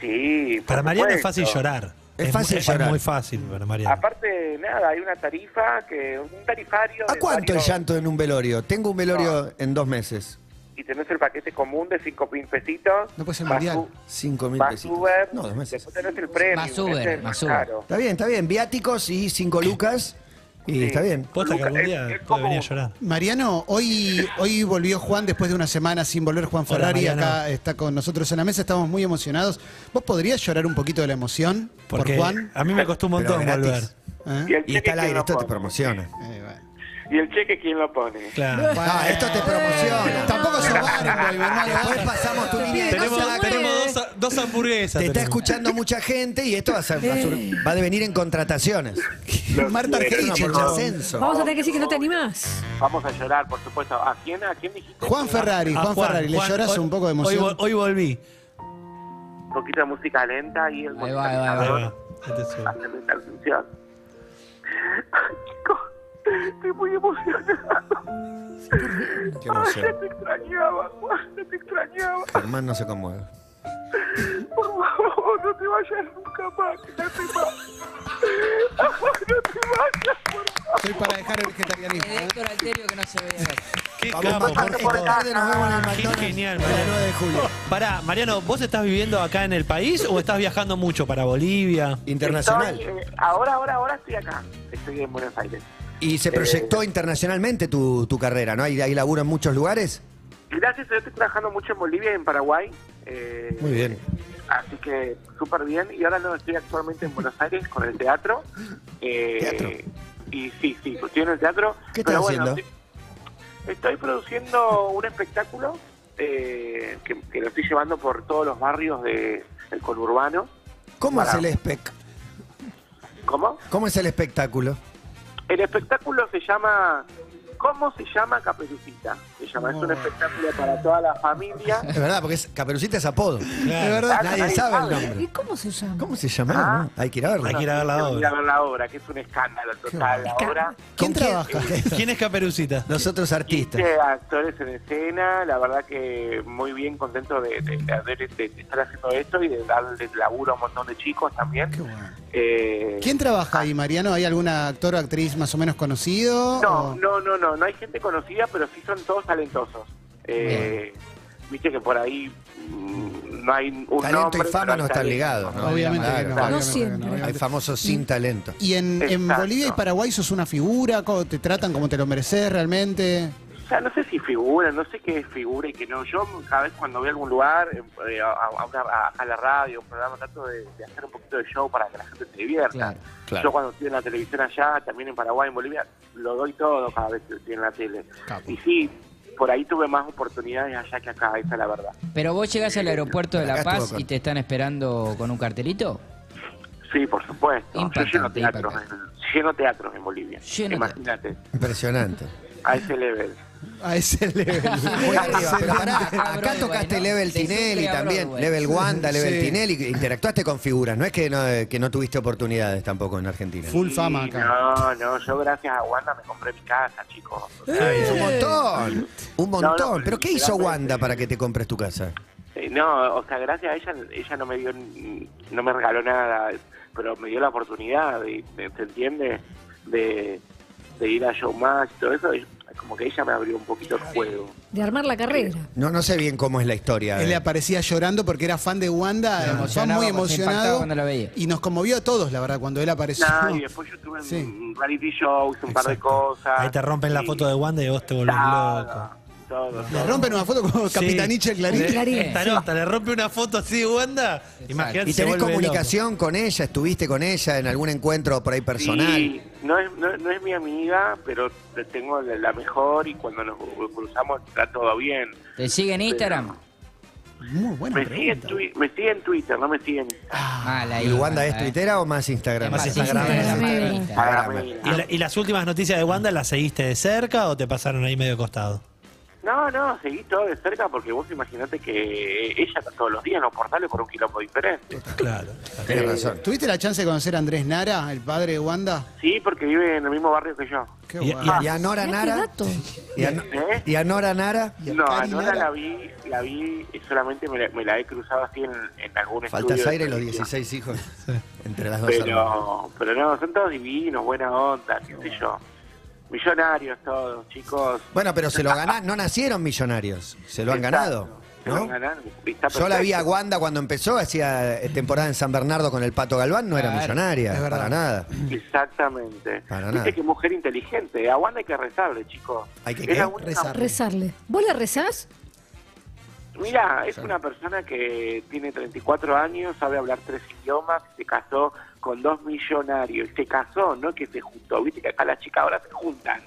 Speaker 9: Sí. por
Speaker 4: para Mariano es
Speaker 9: supuesto.
Speaker 4: fácil llorar.
Speaker 2: Es
Speaker 4: mu-
Speaker 2: fácil llorar.
Speaker 4: muy fácil para Mariano.
Speaker 9: Aparte, nada, hay una tarifa, que un tarifario.
Speaker 2: ¿A
Speaker 9: de
Speaker 2: cuánto el
Speaker 9: varios-
Speaker 2: llanto en un velorio? Tengo un velorio en dos meses.
Speaker 9: Y tenés el paquete común de 5 mil pesitos.
Speaker 3: No puede ser
Speaker 9: más
Speaker 3: mundial.
Speaker 9: u-
Speaker 2: Cinco mil
Speaker 9: Más
Speaker 2: pesitos.
Speaker 9: Uber.
Speaker 2: No, dos meses.
Speaker 9: Después tenés el premio.
Speaker 5: Más Uber, más Uber.
Speaker 2: Está bien, está bien. Viáticos y cinco lucas. Y está bien.
Speaker 4: Posta que algún
Speaker 9: Lucas,
Speaker 4: día
Speaker 9: es- es
Speaker 4: puede venir a
Speaker 9: como-
Speaker 4: llorar.
Speaker 3: Mariano, hoy, hoy volvió Juan después de una semana sin volver Juan
Speaker 4: Hola,
Speaker 3: Ferrari,
Speaker 4: Mariano.
Speaker 3: acá está con nosotros en la mesa, estamos muy emocionados. ¿Vos podrías llorar un poquito de la emoción
Speaker 4: Porque
Speaker 3: por Juan?
Speaker 4: a mí me costó un
Speaker 2: Pero
Speaker 4: montón
Speaker 2: gratis.
Speaker 4: volver.
Speaker 3: ¿Eh?
Speaker 9: el
Speaker 2: Y está al
Speaker 9: ¿quién
Speaker 2: aire,
Speaker 9: lo
Speaker 2: esto te
Speaker 9: pone?
Speaker 2: promociona.
Speaker 3: Eh, bueno.
Speaker 9: Y el cheque, ¿quién lo pone?
Speaker 4: Claro.
Speaker 2: Ah, esto te promociona.
Speaker 3: Tampoco se
Speaker 2: Después pasamos tu línea de
Speaker 6: Tenemos-
Speaker 2: contacto.
Speaker 6: se tenemos- mueve.
Speaker 4: dos, dos hamburguesas.
Speaker 2: Te está
Speaker 4: tenemos.
Speaker 2: escuchando mucha gente y esto va a, ser- va a sur- va a devenir en contrataciones.
Speaker 3: Marta
Speaker 2: Una
Speaker 3: Argerich,
Speaker 2: por
Speaker 3: chabón.
Speaker 2: ascenso.
Speaker 6: Vamos a tener que decir que no te animás.
Speaker 9: Vamos a llorar, por supuesto. ¿A quién, a quién dijiste?
Speaker 3: Juan Ferrari,
Speaker 4: A
Speaker 3: Juan, Ferrari, ¿le
Speaker 4: Ah, Juan,
Speaker 3: lloras
Speaker 4: hoy-
Speaker 3: un poco de emoción?
Speaker 4: Hoy, vol- hoy volví.
Speaker 9: Un poquito de música lenta y el
Speaker 5: Ahí va, ahí va, ahí
Speaker 4: Ahí
Speaker 5: va.
Speaker 4: va. Este es el-
Speaker 9: Hazme esta canción. Ay, chicos, estoy muy emocionado.
Speaker 2: Qué emoción.
Speaker 9: Te extrañaba, Juan, te extrañaba.
Speaker 2: Germán no se conmueve.
Speaker 9: Por favor, no te vayas nunca más, que ya te vas. Ay, No te vayas, por favor.
Speaker 3: Soy para dejar el vegetarianismo.
Speaker 5: El Héctor Alterio que no se veía.
Speaker 4: Qué
Speaker 2: Vamos,
Speaker 4: capo,
Speaker 2: Marta,
Speaker 4: por
Speaker 2: esta
Speaker 4: favor.
Speaker 2: tarde nos vemos en el
Speaker 4: Qué
Speaker 2: McDonald's
Speaker 4: genial,
Speaker 2: a las
Speaker 4: Mariano.
Speaker 2: 9 de julio.
Speaker 4: Pará, Mariano, ¿vos estás viviendo acá en el país o estás viajando mucho para Bolivia?
Speaker 2: Internacional.
Speaker 9: Estoy, eh, ahora, ahora, ahora estoy acá. Estoy en Buenos Aires.
Speaker 2: Y se
Speaker 3: Eh.
Speaker 2: proyectó internacionalmente tu, tu carrera, ¿no? Hay, hay laburo en muchos lugares.
Speaker 9: Gracias, yo estoy trabajando mucho en Bolivia y en Paraguay. eh,
Speaker 2: Muy bien.
Speaker 9: Así que súper bien. Y ahora no estoy actualmente en Buenos Aires con el teatro. Eh,
Speaker 2: ¿Teatro?
Speaker 9: Y sí, sí, estoy en el teatro.
Speaker 2: ¿Qué
Speaker 9: pero
Speaker 2: estás
Speaker 9: bueno,
Speaker 2: haciendo?
Speaker 9: sí- Estoy produciendo un espectáculo eh, que, que lo estoy llevando por todos los barrios de- del conurbano.
Speaker 2: ¿Cómo es
Speaker 9: Para-
Speaker 2: el espec?
Speaker 9: ¿Cómo?
Speaker 2: ¿Cómo es el espectáculo?
Speaker 9: El espectáculo se llama... ¿Cómo se llama Caperucita? Se llama, es un espectáculo para toda la familia.
Speaker 2: Es verdad, porque es, Caperucita es apodo.
Speaker 4: Claro.
Speaker 2: Es verdad,
Speaker 9: Ah,
Speaker 2: nadie,
Speaker 9: nadie
Speaker 2: sabe el
Speaker 9: sabe.
Speaker 2: nombre.
Speaker 6: ¿Y cómo se llama?
Speaker 2: ¿Cómo se llama?
Speaker 9: Ah.
Speaker 2: No, Hay que ir a verlo.
Speaker 4: Hay que ir a ver la
Speaker 9: Quiero ir a
Speaker 4: obra.
Speaker 9: ver la obra, que es un escándalo total. La
Speaker 6: Escándalo.
Speaker 9: obra...
Speaker 3: ¿Quién trabaja?
Speaker 4: ¿Quién es Caperucita?
Speaker 2: Los otros artistas.
Speaker 9: 15 actores en escena, la verdad que muy bien contento de, de- de haber- de- de estar haciendo esto y de darle laburo a un montón de chicos también.
Speaker 3: Qué bueno.
Speaker 9: Eh,
Speaker 3: ¿Quién trabaja ahí, Mariano? ¿Hay algún actor o actriz más o menos conocido?
Speaker 9: no,
Speaker 3: O-
Speaker 9: no, no, no, no hay gente conocida, pero sí son todos talentosos. Eh, Viste que por ahí mm, no hay un
Speaker 2: Talento
Speaker 9: nombre,
Speaker 2: y fama
Speaker 9: pero
Speaker 2: no
Speaker 9: hay
Speaker 2: están
Speaker 9: talento.
Speaker 2: ligados. ¿no?
Speaker 3: Obviamente
Speaker 2: Claro.
Speaker 3: que no.
Speaker 9: No
Speaker 3: obviamente que
Speaker 6: siempre.
Speaker 3: obviamente
Speaker 2: Hay famosos sin talento.
Speaker 3: Y en, en
Speaker 9: Exacto.
Speaker 3: Bolivia y Paraguay sos una figura, co- te tratan como te lo mereces realmente.
Speaker 9: O sea, no sé si figura, no sé qué es figura y qué no. Yo cada vez cuando voy a algún lugar, eh, a, a una- a- a la radio, un programa, trato de, de hacer un poquito de show para que la gente se divierta.
Speaker 5: Claro,
Speaker 9: Yo cuando estoy en la televisión allá, también en Paraguay, en Bolivia, lo doy todo cada vez que estoy en la tele.
Speaker 3: Capo.
Speaker 9: Y sí, por ahí tuve más oportunidades allá que acá, esa es la verdad.
Speaker 5: Pero vos llegás al aeropuerto de La
Speaker 2: Acá estuvo
Speaker 5: Paz
Speaker 2: con-
Speaker 5: y te están esperando con un cartelito.
Speaker 9: Sí, por supuesto.
Speaker 5: Impactante,
Speaker 9: Yo lleno teatros,
Speaker 5: impactante.
Speaker 9: en, lleno teatros en Bolivia.
Speaker 5: Lleno
Speaker 9: Imagínate,
Speaker 2: Impresionante.
Speaker 9: a ese level.
Speaker 3: A ese level.
Speaker 2: Muy arriba. Pero pará,
Speaker 5: A
Speaker 2: acá
Speaker 5: Broadway,
Speaker 2: tocaste
Speaker 5: ¿no?
Speaker 2: Level
Speaker 5: De
Speaker 2: Tinelli
Speaker 5: Sucre a
Speaker 2: también,
Speaker 5: Broadway.
Speaker 2: Level Wanda, Level
Speaker 3: Sí.
Speaker 2: Tinelli, que interactuaste con figuras, no es que no, eh, que no tuviste oportunidades tampoco en Argentina.
Speaker 3: Full
Speaker 9: Y
Speaker 3: fama acá.
Speaker 9: No, no, yo gracias a Wanda me compré mi casa, chicos. O sea,
Speaker 2: Es un montón, un
Speaker 9: No, no,
Speaker 2: montón. ¿Pero qué hizo
Speaker 9: literalmente.
Speaker 2: Wanda para que te compres tu casa?
Speaker 9: Eh, No, o sea, gracias a ella, ella no me dio, n- no me regaló nada, pero me dio la oportunidad, de, de- ¿se entiende? De, de ir a Showmatch y todo eso, y como que ella me abrió un poquito el juego.
Speaker 6: De armar la carrera.
Speaker 2: No, no sé bien cómo es la historia.
Speaker 3: Él le aparecía llorando porque era fan de Wanda,
Speaker 5: Se
Speaker 3: fan
Speaker 5: emocionaba,
Speaker 3: muy
Speaker 5: se
Speaker 3: emocionado.
Speaker 5: impactaba cuando la veía.
Speaker 3: Y nos conmovió a todos, la verdad, cuando él apareció.
Speaker 9: Nada, y después yo tuve
Speaker 3: Sí.
Speaker 9: un reality shows, un par de
Speaker 4: Exacto.
Speaker 9: cosas.
Speaker 4: Ahí te rompen la
Speaker 9: y-
Speaker 4: foto de Wanda y vos te volvés
Speaker 9: Nada,
Speaker 4: loco.
Speaker 9: Todo,
Speaker 3: Le
Speaker 9: todo.
Speaker 3: rompen una foto con
Speaker 4: Sí.
Speaker 3: Capitaniche Clarín.
Speaker 6: De- Clarín.
Speaker 4: Esta nota, le rompe una foto así de Wanda. Imagínate.
Speaker 2: ¿Y
Speaker 4: se
Speaker 2: tenés
Speaker 4: vuelve
Speaker 2: comunicación con ella? ¿Estuviste con ella en algún encuentro por ahí personal?
Speaker 9: Sí, no es, no, no es mi amiga, pero tengo la, la mejor y cuando nos cruzamos está todo bien.
Speaker 5: ¿Te sigue en Instagram?
Speaker 3: Muy buena
Speaker 9: Me sigue, en
Speaker 3: pregunta.
Speaker 9: Twi- me sigue en Twitter, no me sigue en Instagram.
Speaker 5: Ah, la
Speaker 2: ¿Y
Speaker 5: Iva,
Speaker 2: Wanda es
Speaker 5: eh.
Speaker 2: tuitera o más Instagram?
Speaker 4: Más
Speaker 5: Sí, sí,
Speaker 4: Instagram.
Speaker 5: sí, sí,
Speaker 6: Instagram.
Speaker 5: sí, sí.
Speaker 9: Hágame.
Speaker 4: loco. ¿Y, la- y las últimas noticias de Wanda las seguiste de cerca o te pasaron ahí medio costado?
Speaker 9: No, no, seguí todo de cerca porque vos imaginate que ella está todos los días en los portales por un quilombo diferente.
Speaker 4: Claro.
Speaker 2: Tienes razón.
Speaker 3: ¿Tuviste la chance de conocer a Andrés Nara, el padre de Wanda?
Speaker 9: Sí, porque vive en el mismo barrio que yo.
Speaker 3: Qué
Speaker 4: Y-
Speaker 3: guay.
Speaker 2: ¿Y a Nora
Speaker 6: Mirá qué
Speaker 2: Nara?
Speaker 6: dato.
Speaker 2: ¿Y a,
Speaker 9: Ah. ¿Eh?
Speaker 2: y a Nora Nara?
Speaker 9: No, a
Speaker 3: Cari
Speaker 9: Nora
Speaker 3: Nara.
Speaker 9: la vi, la vi, eh, solamente me la, me la he cruzado así en, en algún
Speaker 2: Faltas
Speaker 9: estudio
Speaker 2: aire y los
Speaker 9: televisión.
Speaker 2: 16 hijos. Entre las dos hermanas.
Speaker 9: Pero, pero no, son todos divinos, buena onda, qué sé yo. Millonarios todos, chicos.
Speaker 2: Bueno, pero se lo ganás, no nacieron millonarios, se lo han
Speaker 9: Exacto.
Speaker 2: ganado.
Speaker 9: Se lo
Speaker 2: ¿no?
Speaker 9: han ganado, y está
Speaker 2: Yo la vi a
Speaker 9: perfecto.
Speaker 2: Wanda cuando empezó, hacía eh, temporada en San Bernardo con el Pato Galván, no era
Speaker 5: Claro,
Speaker 2: millonaria,
Speaker 3: es verdad.
Speaker 2: para nada.
Speaker 9: Exactamente.
Speaker 2: Para nada.
Speaker 9: Viste que mujer inteligente. A Wanda hay que rezarle, chicos.
Speaker 2: Hay que,
Speaker 9: Es
Speaker 2: ¿qué?
Speaker 9: la única-
Speaker 3: Rezarle.
Speaker 6: Rezarle. ¿Vos le rezás?
Speaker 9: Mira, es una persona que tiene 34 años, sabe hablar tres idiomas, se casó con dos millonarios. Se casó, no que se juntó. Viste que acá las chicas ahora se juntan.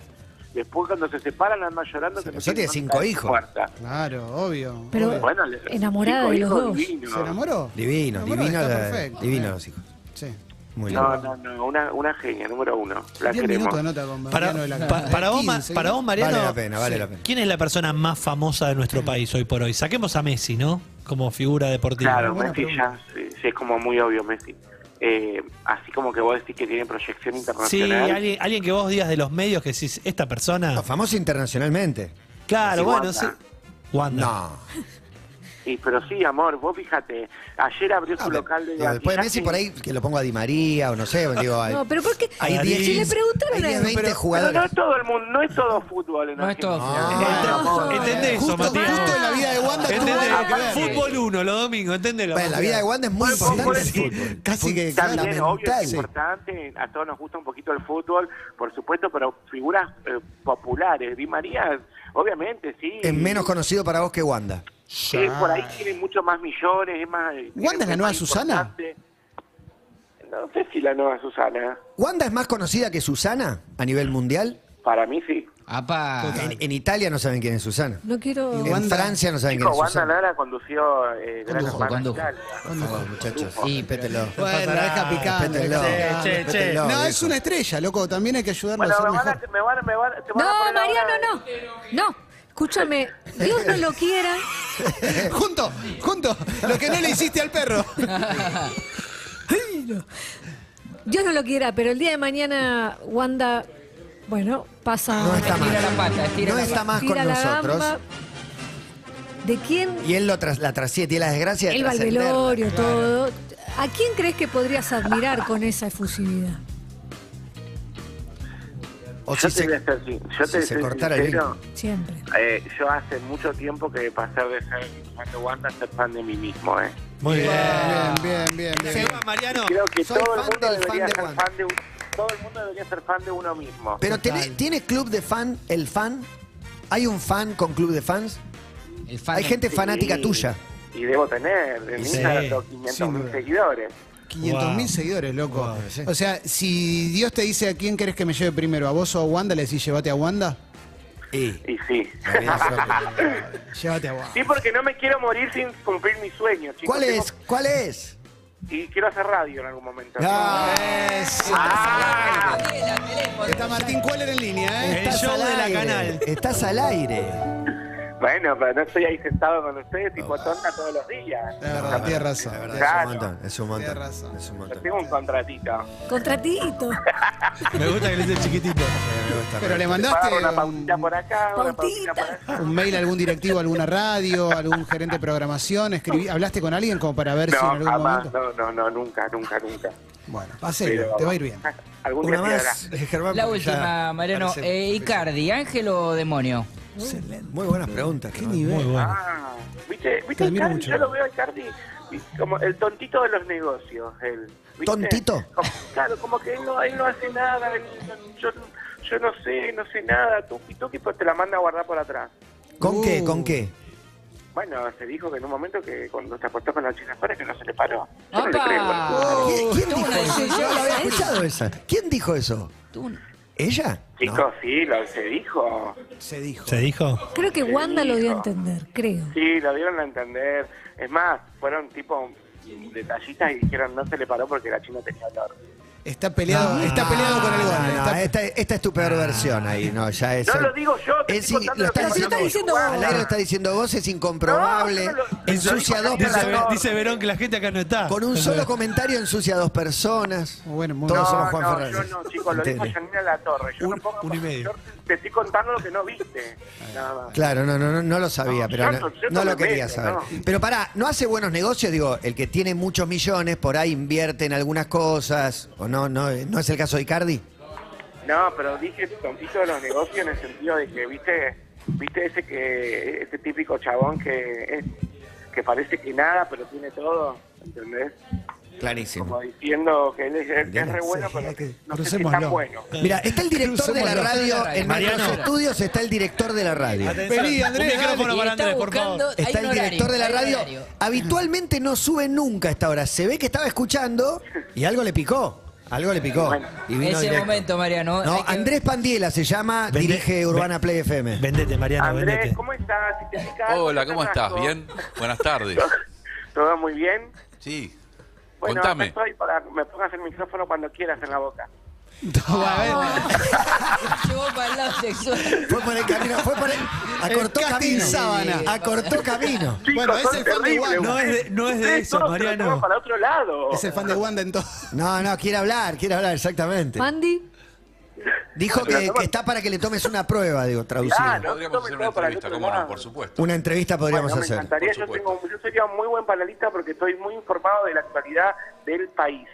Speaker 9: Después cuando se separan andan llorando.
Speaker 2: Pero
Speaker 9: no
Speaker 2: yo tiene
Speaker 9: tienen dónde
Speaker 2: cinco
Speaker 9: caer
Speaker 2: hijos.
Speaker 9: muerta.
Speaker 3: Claro, obvio.
Speaker 6: Pero-
Speaker 3: obvio.
Speaker 9: Bueno, le-
Speaker 6: Enamorada
Speaker 9: cinco
Speaker 6: de los
Speaker 9: hijos
Speaker 6: dos.
Speaker 9: divinos.
Speaker 3: ¿Se enamoró?
Speaker 2: Divino,
Speaker 3: Se enamoró,
Speaker 2: divino,
Speaker 3: está
Speaker 2: la-
Speaker 3: perfecto. eh.
Speaker 2: divino los hijos.
Speaker 3: Sí.
Speaker 2: Muy
Speaker 9: No,
Speaker 2: lindo.
Speaker 9: no, no, una, una genia, número uno. La
Speaker 3: 10
Speaker 9: queremos.
Speaker 3: minutos de nota con
Speaker 4: Para,
Speaker 3: Mariano de la
Speaker 4: pa- para vos, Ma-
Speaker 3: 15,
Speaker 4: para vos, Mariano,
Speaker 2: Vale la pena, vale la pena.
Speaker 4: ¿quién es la persona más famosa de nuestro país hoy por hoy? Saquemos a Messi, ¿no? Como figura deportiva.
Speaker 9: Claro,
Speaker 3: buena
Speaker 9: Messi ya sí, sí, es como muy obvio, Messi. Eh, así como que vos decís que tiene proyección
Speaker 4: Sí,
Speaker 9: internacional.
Speaker 4: alguien, alguien que vos digas de los medios que decís, esta persona.
Speaker 2: No, famoso internacionalmente.
Speaker 4: Claro,
Speaker 9: Sí,
Speaker 4: bueno,
Speaker 9: Wanda.
Speaker 4: sí. Wanda.
Speaker 2: No.
Speaker 9: Y, pero sí, amor, vos fíjate, ayer abrió su local de...
Speaker 2: Digo, después de Messi
Speaker 9: maquillaje.
Speaker 2: por ahí que lo pongo a Di María o no sé, digo, hay,
Speaker 6: No, pero ¿por qué?
Speaker 2: hay
Speaker 4: Ahí
Speaker 2: 10,
Speaker 6: si le
Speaker 2: hay
Speaker 6: preguntaron
Speaker 2: 10,
Speaker 6: a
Speaker 2: 20
Speaker 9: Pero no
Speaker 2: jugadores.
Speaker 9: es todo el mundo, no es todo fútbol. En
Speaker 5: No es todo
Speaker 9: Argentina.
Speaker 2: Ah.
Speaker 5: fútbol.
Speaker 4: Entendés-
Speaker 6: no.
Speaker 4: entendés eso,
Speaker 3: Justo,
Speaker 4: Matías.
Speaker 3: justo en la vida de Wanda tuvo
Speaker 4: Entendés,
Speaker 3: algo que ver.
Speaker 4: Fútbol 1, los domingos, entendelo.
Speaker 2: Bueno, la vida de Wanda es muy importante.
Speaker 9: fútbol,
Speaker 2: el
Speaker 9: sí.
Speaker 2: fútbol.
Speaker 3: Casi que
Speaker 9: También, obvio,
Speaker 2: fundamental,
Speaker 9: es
Speaker 2: sí.
Speaker 9: importante, a todos nos gusta un poquito el fútbol, por supuesto, pero figuras eh, populares. Di María, obviamente, sí.
Speaker 2: Es menos conocido para vos que Wanda.
Speaker 9: Sí, por ahí tiene mucho más millones, es más...
Speaker 3: ¿Wanda es la
Speaker 9: es
Speaker 3: nueva
Speaker 9: más
Speaker 3: Susana?
Speaker 9: importante. No sé si la nueva Susana,
Speaker 2: ¿Wanda es más conocida que Susana a nivel mundial?
Speaker 9: para mí sí.
Speaker 5: Apa.
Speaker 2: En, en Italia no saben quién es Susana.
Speaker 6: No quiero.
Speaker 2: En Francia no saben quién
Speaker 9: Chico,
Speaker 2: es
Speaker 9: Wanda
Speaker 2: Susana.
Speaker 9: Nara condució eh, Gran
Speaker 5: Condujo,
Speaker 9: Hermano
Speaker 5: condujo.
Speaker 9: Italia.
Speaker 2: Vamos, muchachos.
Speaker 5: Sí, pero-
Speaker 2: Respétenlo.
Speaker 3: Bueno, deja picando.
Speaker 2: Respétenlo.
Speaker 3: deja
Speaker 4: Che, che,
Speaker 3: picando.
Speaker 4: che.
Speaker 2: Respétenlo,
Speaker 3: No,
Speaker 2: viejo.
Speaker 3: es una estrella, loco. También hay que ayudarlo
Speaker 9: Bueno,
Speaker 3: a ser
Speaker 9: me van a,
Speaker 3: mejor.
Speaker 9: me van, me van, te van a
Speaker 6: No,
Speaker 9: poner
Speaker 6: Mariano,
Speaker 9: ahora-
Speaker 6: no. No. Escúchame. Dios no lo quiera.
Speaker 3: junto, junto. Lo que no le hiciste al perro.
Speaker 6: Dios no lo quiera, pero el día de mañana Wanda, bueno, pasa.
Speaker 2: No está
Speaker 5: Estira
Speaker 2: más.
Speaker 5: la pata, estira
Speaker 2: No
Speaker 5: la
Speaker 2: está
Speaker 5: pata.
Speaker 2: más
Speaker 6: tira
Speaker 2: con
Speaker 6: la
Speaker 2: nosotros.
Speaker 6: gamba. ¿De quién?
Speaker 2: Y él lo tras, la trasciende, y la desgracia de
Speaker 6: El
Speaker 2: trascenderla.
Speaker 6: valvelorio, todo. ¿A quién crees que podrías admirar con esa efusividad?
Speaker 2: O si
Speaker 9: Yo te voy a
Speaker 2: se,
Speaker 9: ser sin- yo
Speaker 2: si
Speaker 9: te
Speaker 2: se
Speaker 9: soy
Speaker 2: cortara el
Speaker 9: sincero,
Speaker 6: Siempre.
Speaker 9: eh, yo hace mucho tiempo que pasé de ser fan de Wanda a ser fan de mí mismo, ¿eh?
Speaker 4: Muy bien.
Speaker 3: bien, bien, bien.
Speaker 4: Se va, Mariano.
Speaker 9: Creo que
Speaker 2: Soy
Speaker 9: todo el
Speaker 2: fan
Speaker 9: mundo
Speaker 2: del fan
Speaker 9: debería
Speaker 2: de
Speaker 9: ser
Speaker 2: Wanda.
Speaker 9: fan de un- todo el mundo debería ser fan de uno mismo.
Speaker 2: pero tenés- tiene club de fan, el fan. ¿Hay un fan con club de fans?
Speaker 5: El fan-
Speaker 2: Hay gente fanática
Speaker 9: Sí,
Speaker 2: tuya.
Speaker 9: Y debo tener, en
Speaker 4: Sí.
Speaker 9: Instagram tengo
Speaker 3: Sin
Speaker 9: 500
Speaker 3: duda.
Speaker 9: mil seguidores.
Speaker 3: 500 mil
Speaker 4: Wow.
Speaker 3: seguidores, loco.
Speaker 2: Wow, sí.
Speaker 3: O sea, si Dios te dice a quién querés que me lleve primero, a vos o a Wanda, le decís llévate a Wanda.
Speaker 9: Y sí.
Speaker 3: Llévate a Wanda.
Speaker 9: Sí, porque no me quiero morir sin cumplir mi sueño, chicos.
Speaker 2: ¿Cuál es? ¿Cuál es?
Speaker 9: Y quiero hacer radio en algún momento.
Speaker 2: Ah,
Speaker 9: Ah,
Speaker 3: Está Martín Cueller en línea, ¿eh?
Speaker 4: El
Speaker 2: estás
Speaker 4: show
Speaker 2: al
Speaker 4: de la
Speaker 2: aire,
Speaker 4: canal.
Speaker 2: Estás al aire.
Speaker 9: Bueno, pero no estoy ahí sentado con ustedes tipo tonta todos los días.
Speaker 3: La verdad, tienes razón.
Speaker 2: La Ah. verdad,
Speaker 9: Claro.
Speaker 2: es un montón. Es un
Speaker 3: Tenés
Speaker 2: montón.
Speaker 3: razón.
Speaker 2: Es un
Speaker 9: Pero
Speaker 2: montón.
Speaker 9: Tengo un contratito.
Speaker 6: Contratito.
Speaker 4: Me gusta que le dice chiquitito.
Speaker 2: Me gusta,
Speaker 3: Pero le
Speaker 9: Pagar
Speaker 3: mandaste
Speaker 9: una
Speaker 3: un,
Speaker 9: pautita por acá, una
Speaker 6: Pautita.
Speaker 9: pautita por acá.
Speaker 3: un mail a algún directivo, a alguna radio, a algún gerente de programación. Escribí, ¿Hablaste con alguien como para ver si en
Speaker 9: No,
Speaker 3: algún
Speaker 9: jamás,
Speaker 3: momento?
Speaker 9: no, no, no, nunca, nunca, nunca.
Speaker 3: Bueno, hacelo,
Speaker 9: Pero-
Speaker 3: te va a ir bien.
Speaker 9: Algún
Speaker 2: Una
Speaker 9: día te dará.
Speaker 2: más, Germán.
Speaker 5: La
Speaker 2: porque ya
Speaker 5: última, Mariano.
Speaker 2: parece-
Speaker 5: Eh, Icardi, ¿ángel o demonio?
Speaker 2: Muy buenas preguntas. Germán.
Speaker 4: Muy bueno.
Speaker 9: Ah, ¿viste?
Speaker 3: Te
Speaker 9: ¿Viste
Speaker 3: admiro
Speaker 9: Icardi?
Speaker 3: mucho.
Speaker 9: Yo lo veo a Icardi y como el tontito de los negocios. él, ¿viste?
Speaker 2: ¿Tontito?
Speaker 9: Como- claro, como que él no, él no hace nada. él no- yo, yo no sé, no sé nada. Tú y tuqui, pues te la manda a guardar por atrás.
Speaker 2: ¿Con
Speaker 3: Uh.
Speaker 2: qué? ¿Con qué?
Speaker 9: Bueno, se dijo que en un momento que cuando se apostó con la chica afuera que no se le paró. Yo no le
Speaker 5: ¡Apa!
Speaker 9: creo.
Speaker 5: Oh,
Speaker 2: ¿Quién, quién
Speaker 5: tuvo
Speaker 2: dijo
Speaker 5: una
Speaker 2: eso? Yo
Speaker 5: decisión
Speaker 2: no la había
Speaker 5: esa, ¿eh?
Speaker 2: escuchado esa. ¿Quién dijo eso?
Speaker 5: Tú-
Speaker 2: ¿Ella?
Speaker 9: Chicos, sí, lo, se dijo.
Speaker 3: Se dijo.
Speaker 4: ¿Se dijo?
Speaker 6: Creo que Wanda lo dio a entender, creo.
Speaker 9: Sí, lo dieron a entender. Es más, fueron tipo detallistas y dijeron no se le paró porque la china tenía olor.
Speaker 3: Está peleado, está peleado con el gol.
Speaker 2: No, no,
Speaker 3: está- Ah.
Speaker 2: esta, esta es tu peor versión ahí, no, ya es.
Speaker 9: No lo digo yo, te
Speaker 2: es
Speaker 9: estoy
Speaker 2: in-
Speaker 9: contando
Speaker 2: lo
Speaker 9: lo que
Speaker 2: estás
Speaker 9: pasó
Speaker 2: diciendo vos.
Speaker 9: con Uruguay.
Speaker 2: Claro, lo está diciendo vos, es incomprobable.
Speaker 9: No, yo no lo-
Speaker 2: ensucia
Speaker 9: lo
Speaker 2: dos
Speaker 9: digo
Speaker 4: Dice,
Speaker 9: Dice-
Speaker 2: personas.
Speaker 4: dice Verón que la gente acá no está.
Speaker 2: Con un solo comentario ensucia dos personas.
Speaker 3: Bueno, muy
Speaker 2: Todos
Speaker 3: bien.
Speaker 2: somos Juan
Speaker 9: no,
Speaker 2: Fernández.
Speaker 9: Yo no, chicos, lo dijo
Speaker 2: Entendí.
Speaker 9: Janina La Torre. Yo
Speaker 4: Un-
Speaker 9: no pongo
Speaker 4: un y medio.
Speaker 9: yo te estoy contando lo que no viste. Nada más.
Speaker 2: Claro, no, no, no, no lo sabía,
Speaker 9: No,
Speaker 2: pero
Speaker 9: yo
Speaker 2: no,
Speaker 9: no- yo
Speaker 2: no
Speaker 9: no
Speaker 2: lo
Speaker 9: me
Speaker 2: quería
Speaker 9: meto,
Speaker 2: saber.
Speaker 9: no.
Speaker 2: Pero pará, ¿no hace buenos negocios? Digo, el que tiene muchos millones por ahí invierte en algunas cosas, o no, no, eh, no es el caso de Icardi.
Speaker 9: No, pero dije tontito de los negocios en el sentido de que, viste, viste ese que ese típico chabón que es, que parece que nada, pero tiene todo, ¿entendés?
Speaker 2: Clarísimo.
Speaker 9: Como diciendo que él es, que es
Speaker 2: Bien,
Speaker 9: re bueno,
Speaker 2: sí,
Speaker 9: pero
Speaker 2: hay que-
Speaker 9: no sé si es
Speaker 3: crucémoslo.
Speaker 9: tan bueno.
Speaker 2: Mira, está el director de la
Speaker 5: Crucemos
Speaker 2: radio, en
Speaker 5: los-
Speaker 2: nuestros
Speaker 4: Mariano.
Speaker 2: estudios está el director de la radio.
Speaker 4: Atención.
Speaker 3: Vení, Andrés,
Speaker 4: un micrófono
Speaker 3: dale.
Speaker 4: para
Speaker 5: Está
Speaker 4: Andrés, por favor.
Speaker 5: buscando-
Speaker 2: Está
Speaker 5: Hay
Speaker 2: el
Speaker 5: un
Speaker 2: director
Speaker 5: horario,
Speaker 2: de la
Speaker 5: hay un
Speaker 2: radio.
Speaker 5: horario.
Speaker 2: Habitualmente no sube nunca a esta hora. Se ve que estaba escuchando y algo le picó. Algo le picó.
Speaker 9: Bueno.
Speaker 2: Y vino
Speaker 5: Ese
Speaker 2: directo.
Speaker 5: momento, Mariano. hay
Speaker 2: No,
Speaker 5: que-
Speaker 2: Andrés Pandiela se llama,
Speaker 4: Vende-
Speaker 2: dirige Urbana Play FM.
Speaker 4: Vendete, Mariano,
Speaker 9: Andrés,
Speaker 4: vendete.
Speaker 9: ¿cómo estás? Si te pica algo,
Speaker 10: Hola,
Speaker 9: te
Speaker 10: ¿cómo estás?
Speaker 9: rasco.
Speaker 10: ¿Bien? Buenas tardes.
Speaker 9: ¿Todo muy bien?
Speaker 10: Sí.
Speaker 9: Bueno, acá
Speaker 10: Contame.
Speaker 9: estoy para que me pongas el micrófono cuando quieras en la boca.
Speaker 5: Llevó para el lado sexual.
Speaker 2: Fue por el camino, fue por el. Acortó
Speaker 3: El casting
Speaker 2: camino.
Speaker 3: sábana.
Speaker 2: Acortó camino.
Speaker 3: Bueno,
Speaker 9: Chicos,
Speaker 3: es
Speaker 9: son
Speaker 3: el fan de
Speaker 9: terribles.
Speaker 3: Wanda.
Speaker 4: No es de, no es de
Speaker 9: Ustedes
Speaker 4: eso,
Speaker 9: todos se lo llevan
Speaker 4: Mariano.
Speaker 9: para otro lado.
Speaker 3: Es el fan de Wanda en todo.
Speaker 2: No, no, quiere hablar, quiere hablar, exactamente.
Speaker 6: Mandy,
Speaker 2: Dijo que, que está para que le tomes una prueba, digo,
Speaker 9: Ah,
Speaker 2: traducido.
Speaker 9: no,
Speaker 10: Podríamos hacer
Speaker 9: sobre
Speaker 10: una
Speaker 9: todo para el
Speaker 10: entrevista,
Speaker 9: otro
Speaker 10: cómo
Speaker 9: lado.
Speaker 10: no, por supuesto.
Speaker 2: Una entrevista podríamos
Speaker 9: Bueno, me
Speaker 2: hacer.
Speaker 9: encantaría,
Speaker 10: Por
Speaker 9: yo,
Speaker 10: supuesto.
Speaker 9: tengo, yo sería muy buen panelista porque estoy muy informado de la actualidad del país.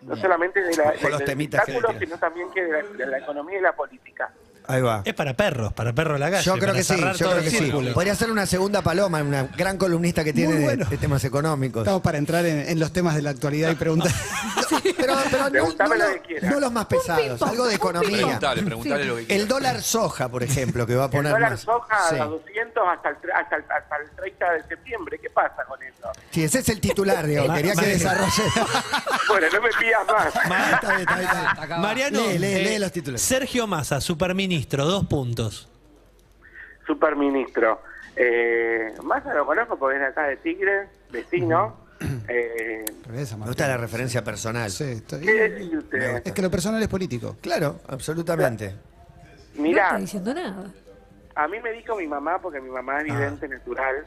Speaker 9: No solamente de la,
Speaker 2: Con
Speaker 9: de-
Speaker 2: los
Speaker 9: del
Speaker 2: temitas que le
Speaker 9: espectáculo,
Speaker 2: tiran.
Speaker 9: sino también que de la, de la economía y la política.
Speaker 2: Ahí va.
Speaker 4: Es para perros, para perros de la calle.
Speaker 2: Yo creo
Speaker 4: para
Speaker 2: que sí,
Speaker 4: cerrar
Speaker 2: yo
Speaker 4: todo
Speaker 2: creo
Speaker 4: el
Speaker 2: que sí.
Speaker 4: círculo.
Speaker 2: Podría ser una segunda paloma, una gran columnista que tiene de-
Speaker 3: bueno.
Speaker 2: de, temas económicos.
Speaker 3: Estamos para entrar en, en los temas de la actualidad y preguntar.
Speaker 2: Pero, pero no,
Speaker 9: Preguntame
Speaker 2: no
Speaker 9: lo
Speaker 2: los-
Speaker 9: que quieras.
Speaker 2: no los más pesados,
Speaker 6: ping-pong,
Speaker 2: algo de
Speaker 6: un
Speaker 2: economía.
Speaker 6: ping-pong.
Speaker 10: Preguntale, preguntale
Speaker 6: Sí.
Speaker 10: lo que
Speaker 2: El
Speaker 10: quieras.
Speaker 2: dólar soja, por ejemplo, que va a
Speaker 9: El
Speaker 2: poner
Speaker 9: dólar
Speaker 2: más.
Speaker 9: soja
Speaker 2: Sí.
Speaker 9: a 200 hasta el, tre- hasta, el, hasta el 30 de septiembre. ¿Qué pasa con eso?
Speaker 2: Sí, ese es el titular, Diego.
Speaker 4: Ma-
Speaker 2: Quería que
Speaker 4: Mario.
Speaker 2: desarrolle.
Speaker 9: Bueno, no me pidas más.
Speaker 4: Ma-
Speaker 2: Está bien, está bien, está bien.
Speaker 4: Mariano, eh,
Speaker 2: Lee, lee, lee los titulares.
Speaker 4: Sergio Massa, superministro, dos puntos.
Speaker 9: Superministro. Eh, más lo conozco porque viene acá de Tigre, vecino. Eh,
Speaker 3: Regresa,
Speaker 2: Me
Speaker 3: Martín.
Speaker 2: gusta la referencia personal.
Speaker 3: Sí, estoy-
Speaker 9: ¿Qué dice usted?
Speaker 3: Es que lo personal es político.
Speaker 2: Claro, absolutamente.
Speaker 6: No
Speaker 9: mirá,
Speaker 6: está diciendo nada.
Speaker 9: a mí me dijo mi mamá, porque mi mamá
Speaker 3: Ah.
Speaker 9: es vidente natural,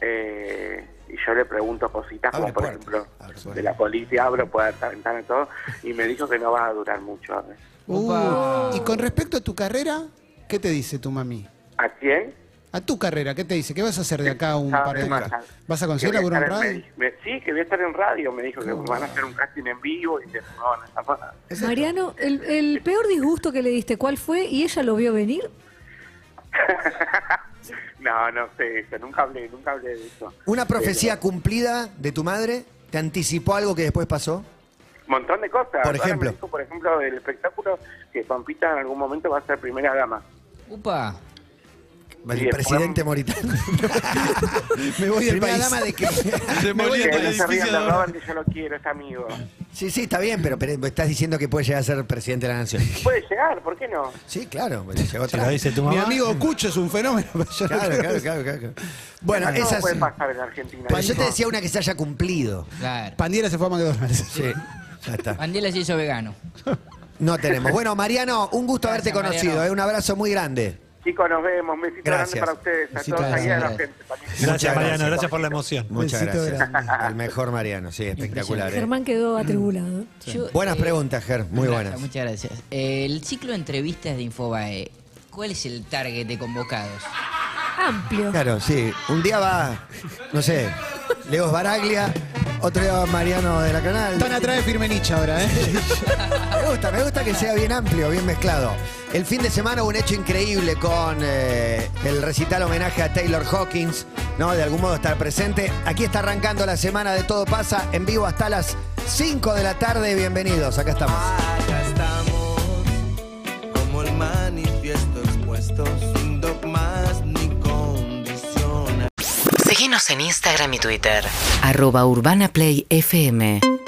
Speaker 9: eh, y yo le pregunto cositas como,
Speaker 2: Abre
Speaker 9: por
Speaker 2: puertas,
Speaker 9: ejemplo,
Speaker 2: abre puertas.
Speaker 9: de la policía, abro puertas, ventanas, todo, y me dijo que no va a durar mucho.
Speaker 3: Uh,
Speaker 5: Opa.
Speaker 3: y con respecto a tu carrera, ¿qué te dice tu mami?
Speaker 9: ¿A quién?
Speaker 3: A tu carrera, ¿qué te dice? ¿Qué vas a hacer de acá a un
Speaker 9: Sabe
Speaker 3: par de
Speaker 9: más.
Speaker 3: años? ¿Vas a
Speaker 9: Que
Speaker 3: conseguir
Speaker 9: voy
Speaker 3: laburo en
Speaker 9: estar
Speaker 3: radio?
Speaker 9: me- me- sí, que voy a estar en radio, me dijo que van a hacer un casting en vivo y que no van a estar nada.
Speaker 6: Mariano, el, el peor disgusto que le diste, ¿cuál fue? ¿Y ella lo vio venir?
Speaker 9: No, no sé eso, nunca hablé, nunca hablé de eso.
Speaker 2: ¿Una profecía cumplida de tu madre? ¿Te anticipó algo que después pasó?
Speaker 9: Un montón de cosas.
Speaker 2: Por
Speaker 9: Ahora me
Speaker 2: ejemplo.
Speaker 9: dijo, por ejemplo, del espectáculo que Pampita en algún momento va a ser primera dama.
Speaker 5: Upa.
Speaker 2: El
Speaker 9: Sí,
Speaker 2: presidente
Speaker 9: después-
Speaker 2: Moritano. Me voy del
Speaker 3: Primera
Speaker 2: país.
Speaker 3: dama de que
Speaker 10: Se
Speaker 2: Me voy
Speaker 10: moría
Speaker 9: Que
Speaker 2: del
Speaker 10: el
Speaker 2: país.
Speaker 9: no se rían
Speaker 10: edificio
Speaker 9: de
Speaker 10: de-
Speaker 9: Robert, que yo lo quiero, es amigo.
Speaker 2: Sí, sí, está bien, pero, pero estás diciendo que puede llegar a ser presidente de la nación.
Speaker 9: Puede llegar, ¿por qué no?
Speaker 2: Sí, claro. pues, llegó
Speaker 4: Se
Speaker 2: tarde.
Speaker 4: lo dice tu
Speaker 3: mi
Speaker 4: mamá.
Speaker 3: amigo Cucho es un fenómeno. pero yo no
Speaker 2: Claro,
Speaker 3: creo
Speaker 2: claro,
Speaker 3: que-
Speaker 2: claro, claro, claro. Bueno,
Speaker 9: Todo
Speaker 2: esas.
Speaker 9: puede pasar en Argentina.
Speaker 2: Pero yo
Speaker 9: dijo.
Speaker 2: te decía una que se haya cumplido.
Speaker 5: Claro.
Speaker 3: Pandiera se fue a McDonald's.
Speaker 2: Sí, ya está.
Speaker 5: Mandela se hizo vegano.
Speaker 2: No tenemos. Bueno, Mariano, un gusto
Speaker 5: Gracias,
Speaker 2: haberte conocido.
Speaker 5: Mariano.
Speaker 2: eh, Un abrazo muy grande.
Speaker 9: Chicos, nos vemos. Un besito grande
Speaker 2: Gracias.
Speaker 9: para ustedes, a
Speaker 3: Besito
Speaker 9: todos ahí a la
Speaker 5: grande.
Speaker 9: gente. también.
Speaker 4: Gracias,
Speaker 2: Muchas
Speaker 4: Mariano,
Speaker 2: gracias.
Speaker 4: gracias por la emoción.
Speaker 2: Muchas
Speaker 3: Besito
Speaker 2: gracias.
Speaker 3: grande.
Speaker 2: El mejor Mariano, sí, espectacular. eh.
Speaker 6: Germán quedó atribulado.
Speaker 5: Yo,
Speaker 2: Buenas
Speaker 5: eh,
Speaker 2: preguntas, Ger, muy buenas.
Speaker 5: Muchas gracias. El ciclo de entrevistas de Infobae, ¿cuál es el target de convocados?
Speaker 6: Amplio.
Speaker 2: Claro, sí. Un día va, no sé, Leo Baraglia, otro día va Mariano de la Canal.
Speaker 3: Están atrás de Firmenich ahora, ¿eh?
Speaker 2: Me gusta, me gusta que sea bien amplio, bien mezclado. El fin de semana hubo un hecho increíble con eh, el recital homenaje a Taylor Hawkins, ¿no? De algún modo estar presente. Aquí está arrancando la semana de Todo Pasa, en vivo hasta las 5 de la tarde. Bienvenidos, acá estamos.
Speaker 9: Acá estamos, como el manifiesto expuesto, sin dogmas ni condiciones.
Speaker 1: Seguinos en Instagram y Twitter. Arroba Urbana Play FM